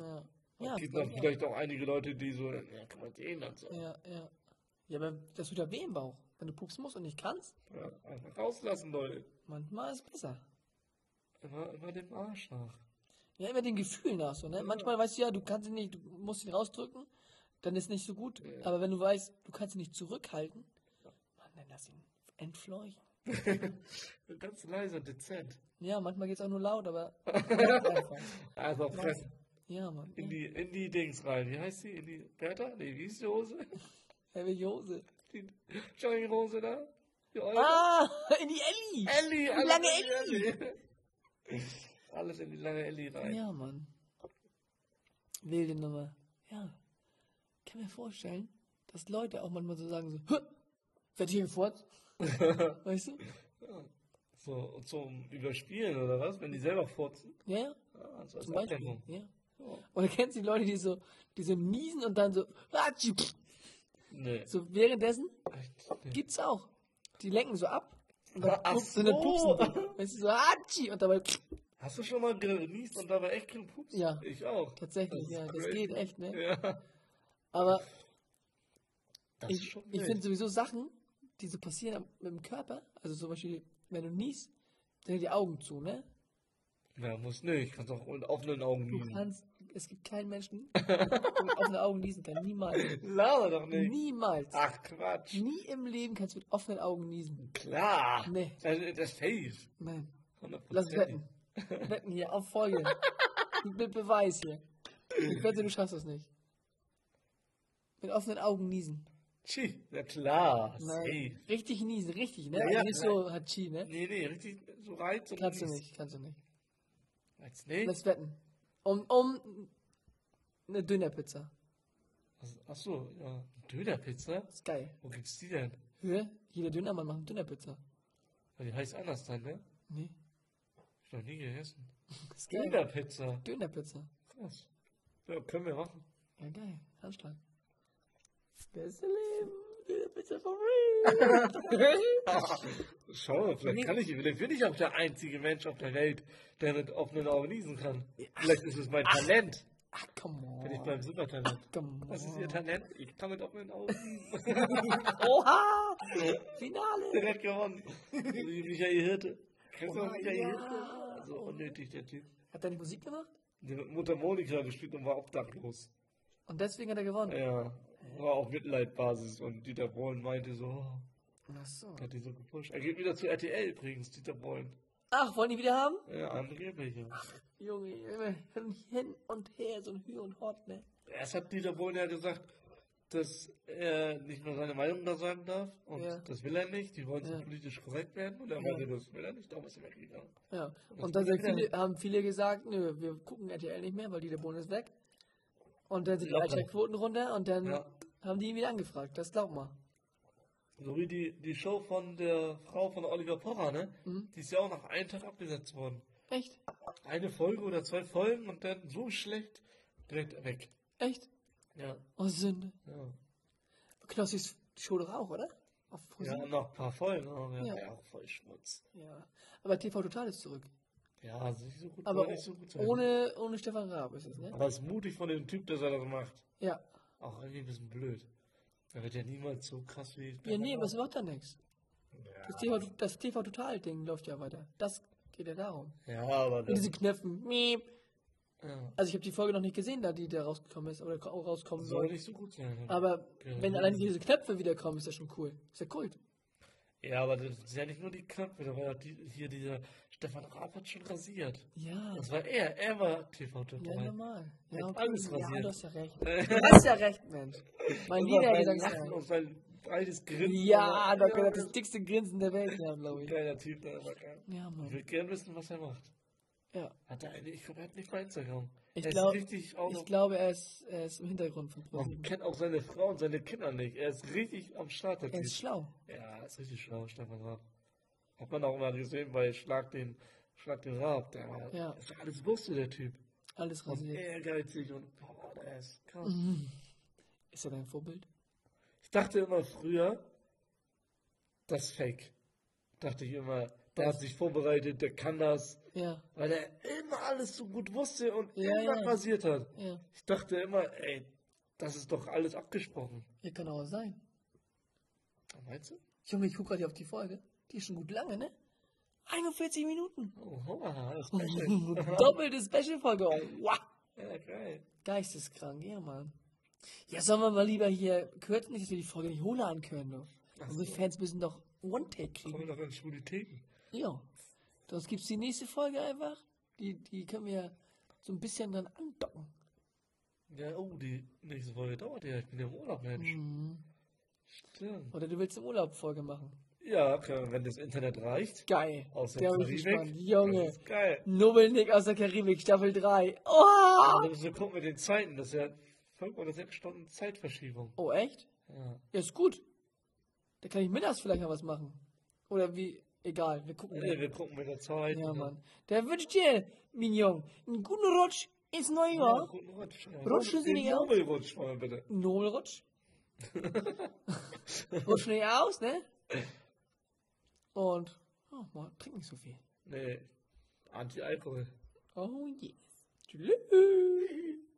S1: Ja.
S2: es gibt noch vielleicht auch einige Leute, die so, ja, kann man sehen und so.
S1: Ja, ja. Ja, aber das tut ja weh im Bauch. Wenn du pupsen musst und nicht kannst,
S2: Ja, einfach rauslassen, Leute.
S1: manchmal ist besser.
S2: Immer, immer dem Arsch nach.
S1: Ja, immer dem Gefühl nach so, ne? Manchmal weißt du ja, du kannst ihn nicht, du musst ihn rausdrücken, dann ist nicht so gut.
S2: Ja.
S1: Aber wenn du weißt, du kannst ihn nicht zurückhalten, Mann, dann lass ihn entfleuchen.
S2: Ganz leise und dezent.
S1: Ja, manchmal geht's auch nur laut, aber.
S2: Also fressen.
S1: ja, Mann.
S2: In die, in die Dings rein. Wie heißt die? In die Bertha? Nee, wie ist die Hose?
S1: Ja, welche Hose?
S2: Die Jogginghose da? Die Eule?
S1: Ah, in die Ellie!
S2: Elli! alles
S1: lange
S2: in die Elli. Alles in die lange Elli rein.
S1: Ja, Mann. Wilde Nummer. Ja. Ich kann mir vorstellen, dass Leute auch manchmal so sagen so, "Hä? werd hier gefurzt? weißt du?
S2: So, und zum Überspielen oder was? Wenn die selber furzen?
S1: Ja, ja.
S2: Ah, so als
S1: Zum Beispiel.
S2: Ablenkung.
S1: Ja.
S2: Ja.
S1: Oder kennst du die Leute, die so, die so niesen und dann so, "Atschi, pff."
S2: Nee.
S1: so währenddessen
S2: Nee.
S1: gibt's auch. Die lenken so ab und
S2: Ah,
S1: dann
S2: ach
S1: pupsen, dann
S2: so.
S1: pupsen. die. Weißt du, so, Atschi! Und dabei, pff.
S2: Hast du schon mal genießt und dabei echt gepupst?
S1: Ja.
S2: Ich auch.
S1: tatsächlich,
S2: Das ist
S1: ja, das
S2: crazy.
S1: geht echt, ne?
S2: Ja.
S1: Aber
S2: Das ist
S1: Ich,
S2: schon
S1: ich
S2: wild.
S1: finde sowieso Sachen, die so passieren am- mit dem Körper, also zum Beispiel, wenn du niest, dann die Augen zu, ne?
S2: Ja, muss nicht. Kannst auch mit offenen Augen
S1: Du
S2: liegen.
S1: kannst, es gibt keinen Menschen, der mit offenen Augen niesen kann, niemals.
S2: Laber doch nicht.
S1: Niemals.
S2: Ach, Quatsch.
S1: Nie im Leben kannst du mit offenen Augen niesen.
S2: Klar.
S1: Nee.
S2: Das, das safe.
S1: Nein.
S2: 100%.
S1: Lass uns wetten. Wetten hier, auf Folge. Mit Beweis hier. Ich wette, du schaffst das nicht. Mit offenen Augen niesen.
S2: Tschi. Ja klar.
S1: Nein.
S2: Safe.
S1: Richtig niesen, richtig, ne?
S2: Ja,
S1: Also
S2: ja,
S1: nicht so Hachi, ne?
S2: Nee, nee, richtig so reiz und
S1: Kannst du
S2: niest.
S1: nicht, kannst du nicht.
S2: Als nicht?
S1: Lass wetten. Um, um eine Dönerpizza.
S2: Ach- Ach so, ja. Dönerpizza?
S1: Ist geil.
S2: Wo gibt's die denn?
S1: Hör, jeder Dönermann macht eine Dönerpizza.
S2: Ja, Die heißt anders dann, ne?
S1: Nee.
S2: Hab ich noch nie gegessen.
S1: Ist geil.
S2: Dönerpizza.
S1: Dönerpizza.
S2: Krass. Ja, können wir machen.
S1: Ja, geil. Handschlag. Das beste Leben. Dönerpizza for real.
S2: Schau mal, vielleicht
S1: Nee.
S2: kann ich, vielleicht bin ich auch der einzige Mensch auf der Welt, der mit offenen Augen niesen kann. Vielleicht ist es mein Talent.
S1: Ach, Ah, come
S2: Bin ich
S1: on.
S2: beim Supertalent.
S1: Come
S2: Das ist ihr
S1: on.
S2: Talent. Ich kann mit offenen Augen niesen.
S1: Oha! Finale!
S2: Der hat gewonnen. Wie Michael Hirte. Kennst du noch
S1: Oh,
S2: Michael
S1: ja.
S2: Hirte? So unnötig, der Typ.
S1: Hat er die Musik gemacht?
S2: Der hat Mutter Monika gespielt und war obdachlos.
S1: Und deswegen hat er gewonnen.
S2: Ja, war auf Mitleidbasis und Dieter Bohlen meinte so, oh,
S1: Ach so.
S2: hat die so gepusht. Er geht wieder zu RTL übrigens, Dieter Bohlen.
S1: Ach, wollen die wieder haben?
S2: Ja, angeblich. ja.
S1: Junge, immer hin und her, so ein Hü und Hort, ne?
S2: Erst hat Dieter Bohlen ja gesagt, dass er nicht nur seine Meinung da sagen darf und
S1: Ja.
S2: das will er nicht. Die wollen so
S1: Ja.
S2: politisch korrekt werden und er
S1: Ja.
S2: meinte, das will er nicht, darum ist er weggegangen.
S1: Ja,
S2: Das
S1: und dann
S2: geht
S1: sind
S2: wieder.
S1: viele, haben viele gesagt, nö, wir gucken RTL nicht mehr, weil die der Bohnen ist weg. Und dann sind die
S2: Locker.
S1: Einschaltquoten runter und dann
S2: Ja.
S1: haben die ihn wieder angefragt. Das glaub mal.
S2: So wie die, die Show von der Frau von Oliver Pocher, ne?
S1: Mhm.
S2: Die ist ja auch nach einem Tag abgesetzt worden.
S1: Echt?
S2: Eine Folge oder zwei Folgen und dann so schlecht direkt weg.
S1: Echt?
S2: Ja.
S1: Oh, Sünde.
S2: Ja,
S1: Knossis Show doch auch, oder? Auf
S2: ja
S1: ProSieben.
S2: noch ein paar Folgen, aber ja,
S1: Ja.
S2: ja. auch voll Schmutz.
S1: ja. Aber TV Total ist zurück.
S2: Ja, also nicht so gut,
S1: Aber
S2: soll nicht so gut sein.
S1: ohne, ohne Stefan Raab ist es, ne?
S2: Aber es ist mutig von dem Typ, dass er das macht.
S1: Ja.
S2: Auch irgendwie ein bisschen blöd. Er wird ja niemals so krass wie.
S1: Ja, nee, was macht da nichts? Das TV, das TV Total Ding läuft ja weiter. Das geht ja darum.
S2: Ja, aber
S1: Und
S2: das,
S1: diese Knöpfen. Miep.
S2: ja,
S1: Also ich habe die Folge noch nicht gesehen, da die da rausgekommen ist oder ko- rauskommen
S2: soll
S1: soll.
S2: nicht so gut sein.
S1: Aber
S2: Ja.
S1: wenn allein diese Knöpfe wiederkommen, ist das schon cool. Ist ja Kult.
S2: Ja, aber das ist ja nicht nur die Knöpfe, da war ja die, hier dieser Stefan Raab hat schon rasiert.
S1: Ja.
S2: Das war er, er war TV
S1: Ja,
S2: total.
S1: normal.
S2: Ja,
S1: Ja,
S2: alles
S1: okay. ja,
S2: rasiert.
S1: du hast ja recht. Du hast ja recht, Mensch. Mein
S2: Immer
S1: lieber
S2: sein Lachen
S1: Gesangsverein.
S2: und sein breites Grinsen.
S1: Ja, da
S2: aber-
S1: könnte das dickste Grinsen der Welt haben, glaube ich.
S2: Geiler Typ, der war geil.
S1: Ja,
S2: Ich
S1: Mann.
S2: würde gerne wissen, was er macht.
S1: Ja.
S2: Hat er eigentlich, ich glaube, er hat nicht bei Instagram.
S1: Ich
S2: er ist
S1: glaub-
S2: richtig auch
S1: Ich
S2: noch- Oh,
S1: glaube, er ist, er ist im Hintergrund von
S2: Man
S1: Profi.
S2: kennt auch seine Frau und seine Kinder nicht. Er ist richtig am Start, der
S1: Er ist
S2: Typ.
S1: schlau.
S2: Ja, ist richtig schlau, Stefan Raab. Hat man auch mal gesehen bei Schlag den, Schlag den Raab. Der war,
S1: Ja. Also
S2: Das alles wusste der Typ.
S1: Alles
S2: Und
S1: rasiert.
S2: ehrgeizig und boah, der ist krass.
S1: Ist er dein Vorbild?
S2: Ich dachte immer früher, das ist Fake. Dachte ich immer, der hat sich vorbereitet, der kann das.
S1: Ja,
S2: Weil er immer alles so gut wusste und
S1: Ja,
S2: immer
S1: ja.
S2: rasiert hat.
S1: ja.
S2: Ich dachte immer, ey, das ist doch alles abgesprochen.
S1: Ja, kann auch sein.
S2: Meinst du?
S1: Junge, ich gucke gerade hier auf die Folge. Die ist schon gut lange, ne? 41 Minuten.
S2: Oha, das ist geil.
S1: Doppelte Special-Folge. Wow.
S2: ja, geil.
S1: Geisteskrank, ja, Mann. Ja, sollen wir mal lieber hier kürzen, nicht, dass wir die Folge nicht holen ankönnen. doch.
S2: Ach
S1: Unsere
S2: so.
S1: Fans müssen doch One-Take kriegen.
S2: Kommen wir noch in Schwulitäten.
S1: Ja. Sonst gibt's die nächste Folge einfach. Die, die können wir ja so ein bisschen dran andocken.
S2: Ja, oh, die nächste Folge dauert ja. Ich bin ja im Urlaub, Mensch.
S1: Mhm.
S2: Stimmt.
S1: Oder du willst im Urlaub Folge machen.
S2: Ja, okay, wenn das Internet reicht.
S1: Geil.
S2: Aus der
S1: Der ist
S2: Karibik.
S1: gespannt. Junge.
S2: Das ist geil.
S1: Nobelnick aus der Karibik, Staffel 3. Oh!
S2: Aber wir müssen Also, gucken mit den Zeiten. Das ist ja 5 oder 6 Stunden Zeitverschiebung.
S1: Oh, echt?
S2: Ja.
S1: Ja, ist gut. Da kann ich mittags vielleicht noch was machen. Oder wie? Egal, wir gucken.
S2: Nee, wir gucken mit der Zeit.
S1: Ja,
S2: und dann-
S1: Mann. Der wünscht dir, Mignon, einen guten Rutsch ins neue
S2: Ja,
S1: Jahr.
S2: guten Rutsch.
S1: Rutschen Sie
S2: Den
S1: nicht aus?
S2: Nobelrutsch mal bitte.
S1: Einen Nobelrutsch. Rutsch nicht aus, ne? Und, oh, mal, trink nicht so viel.
S2: Nee, Anti-Alkohol.
S1: Oh, yes. Tschüss.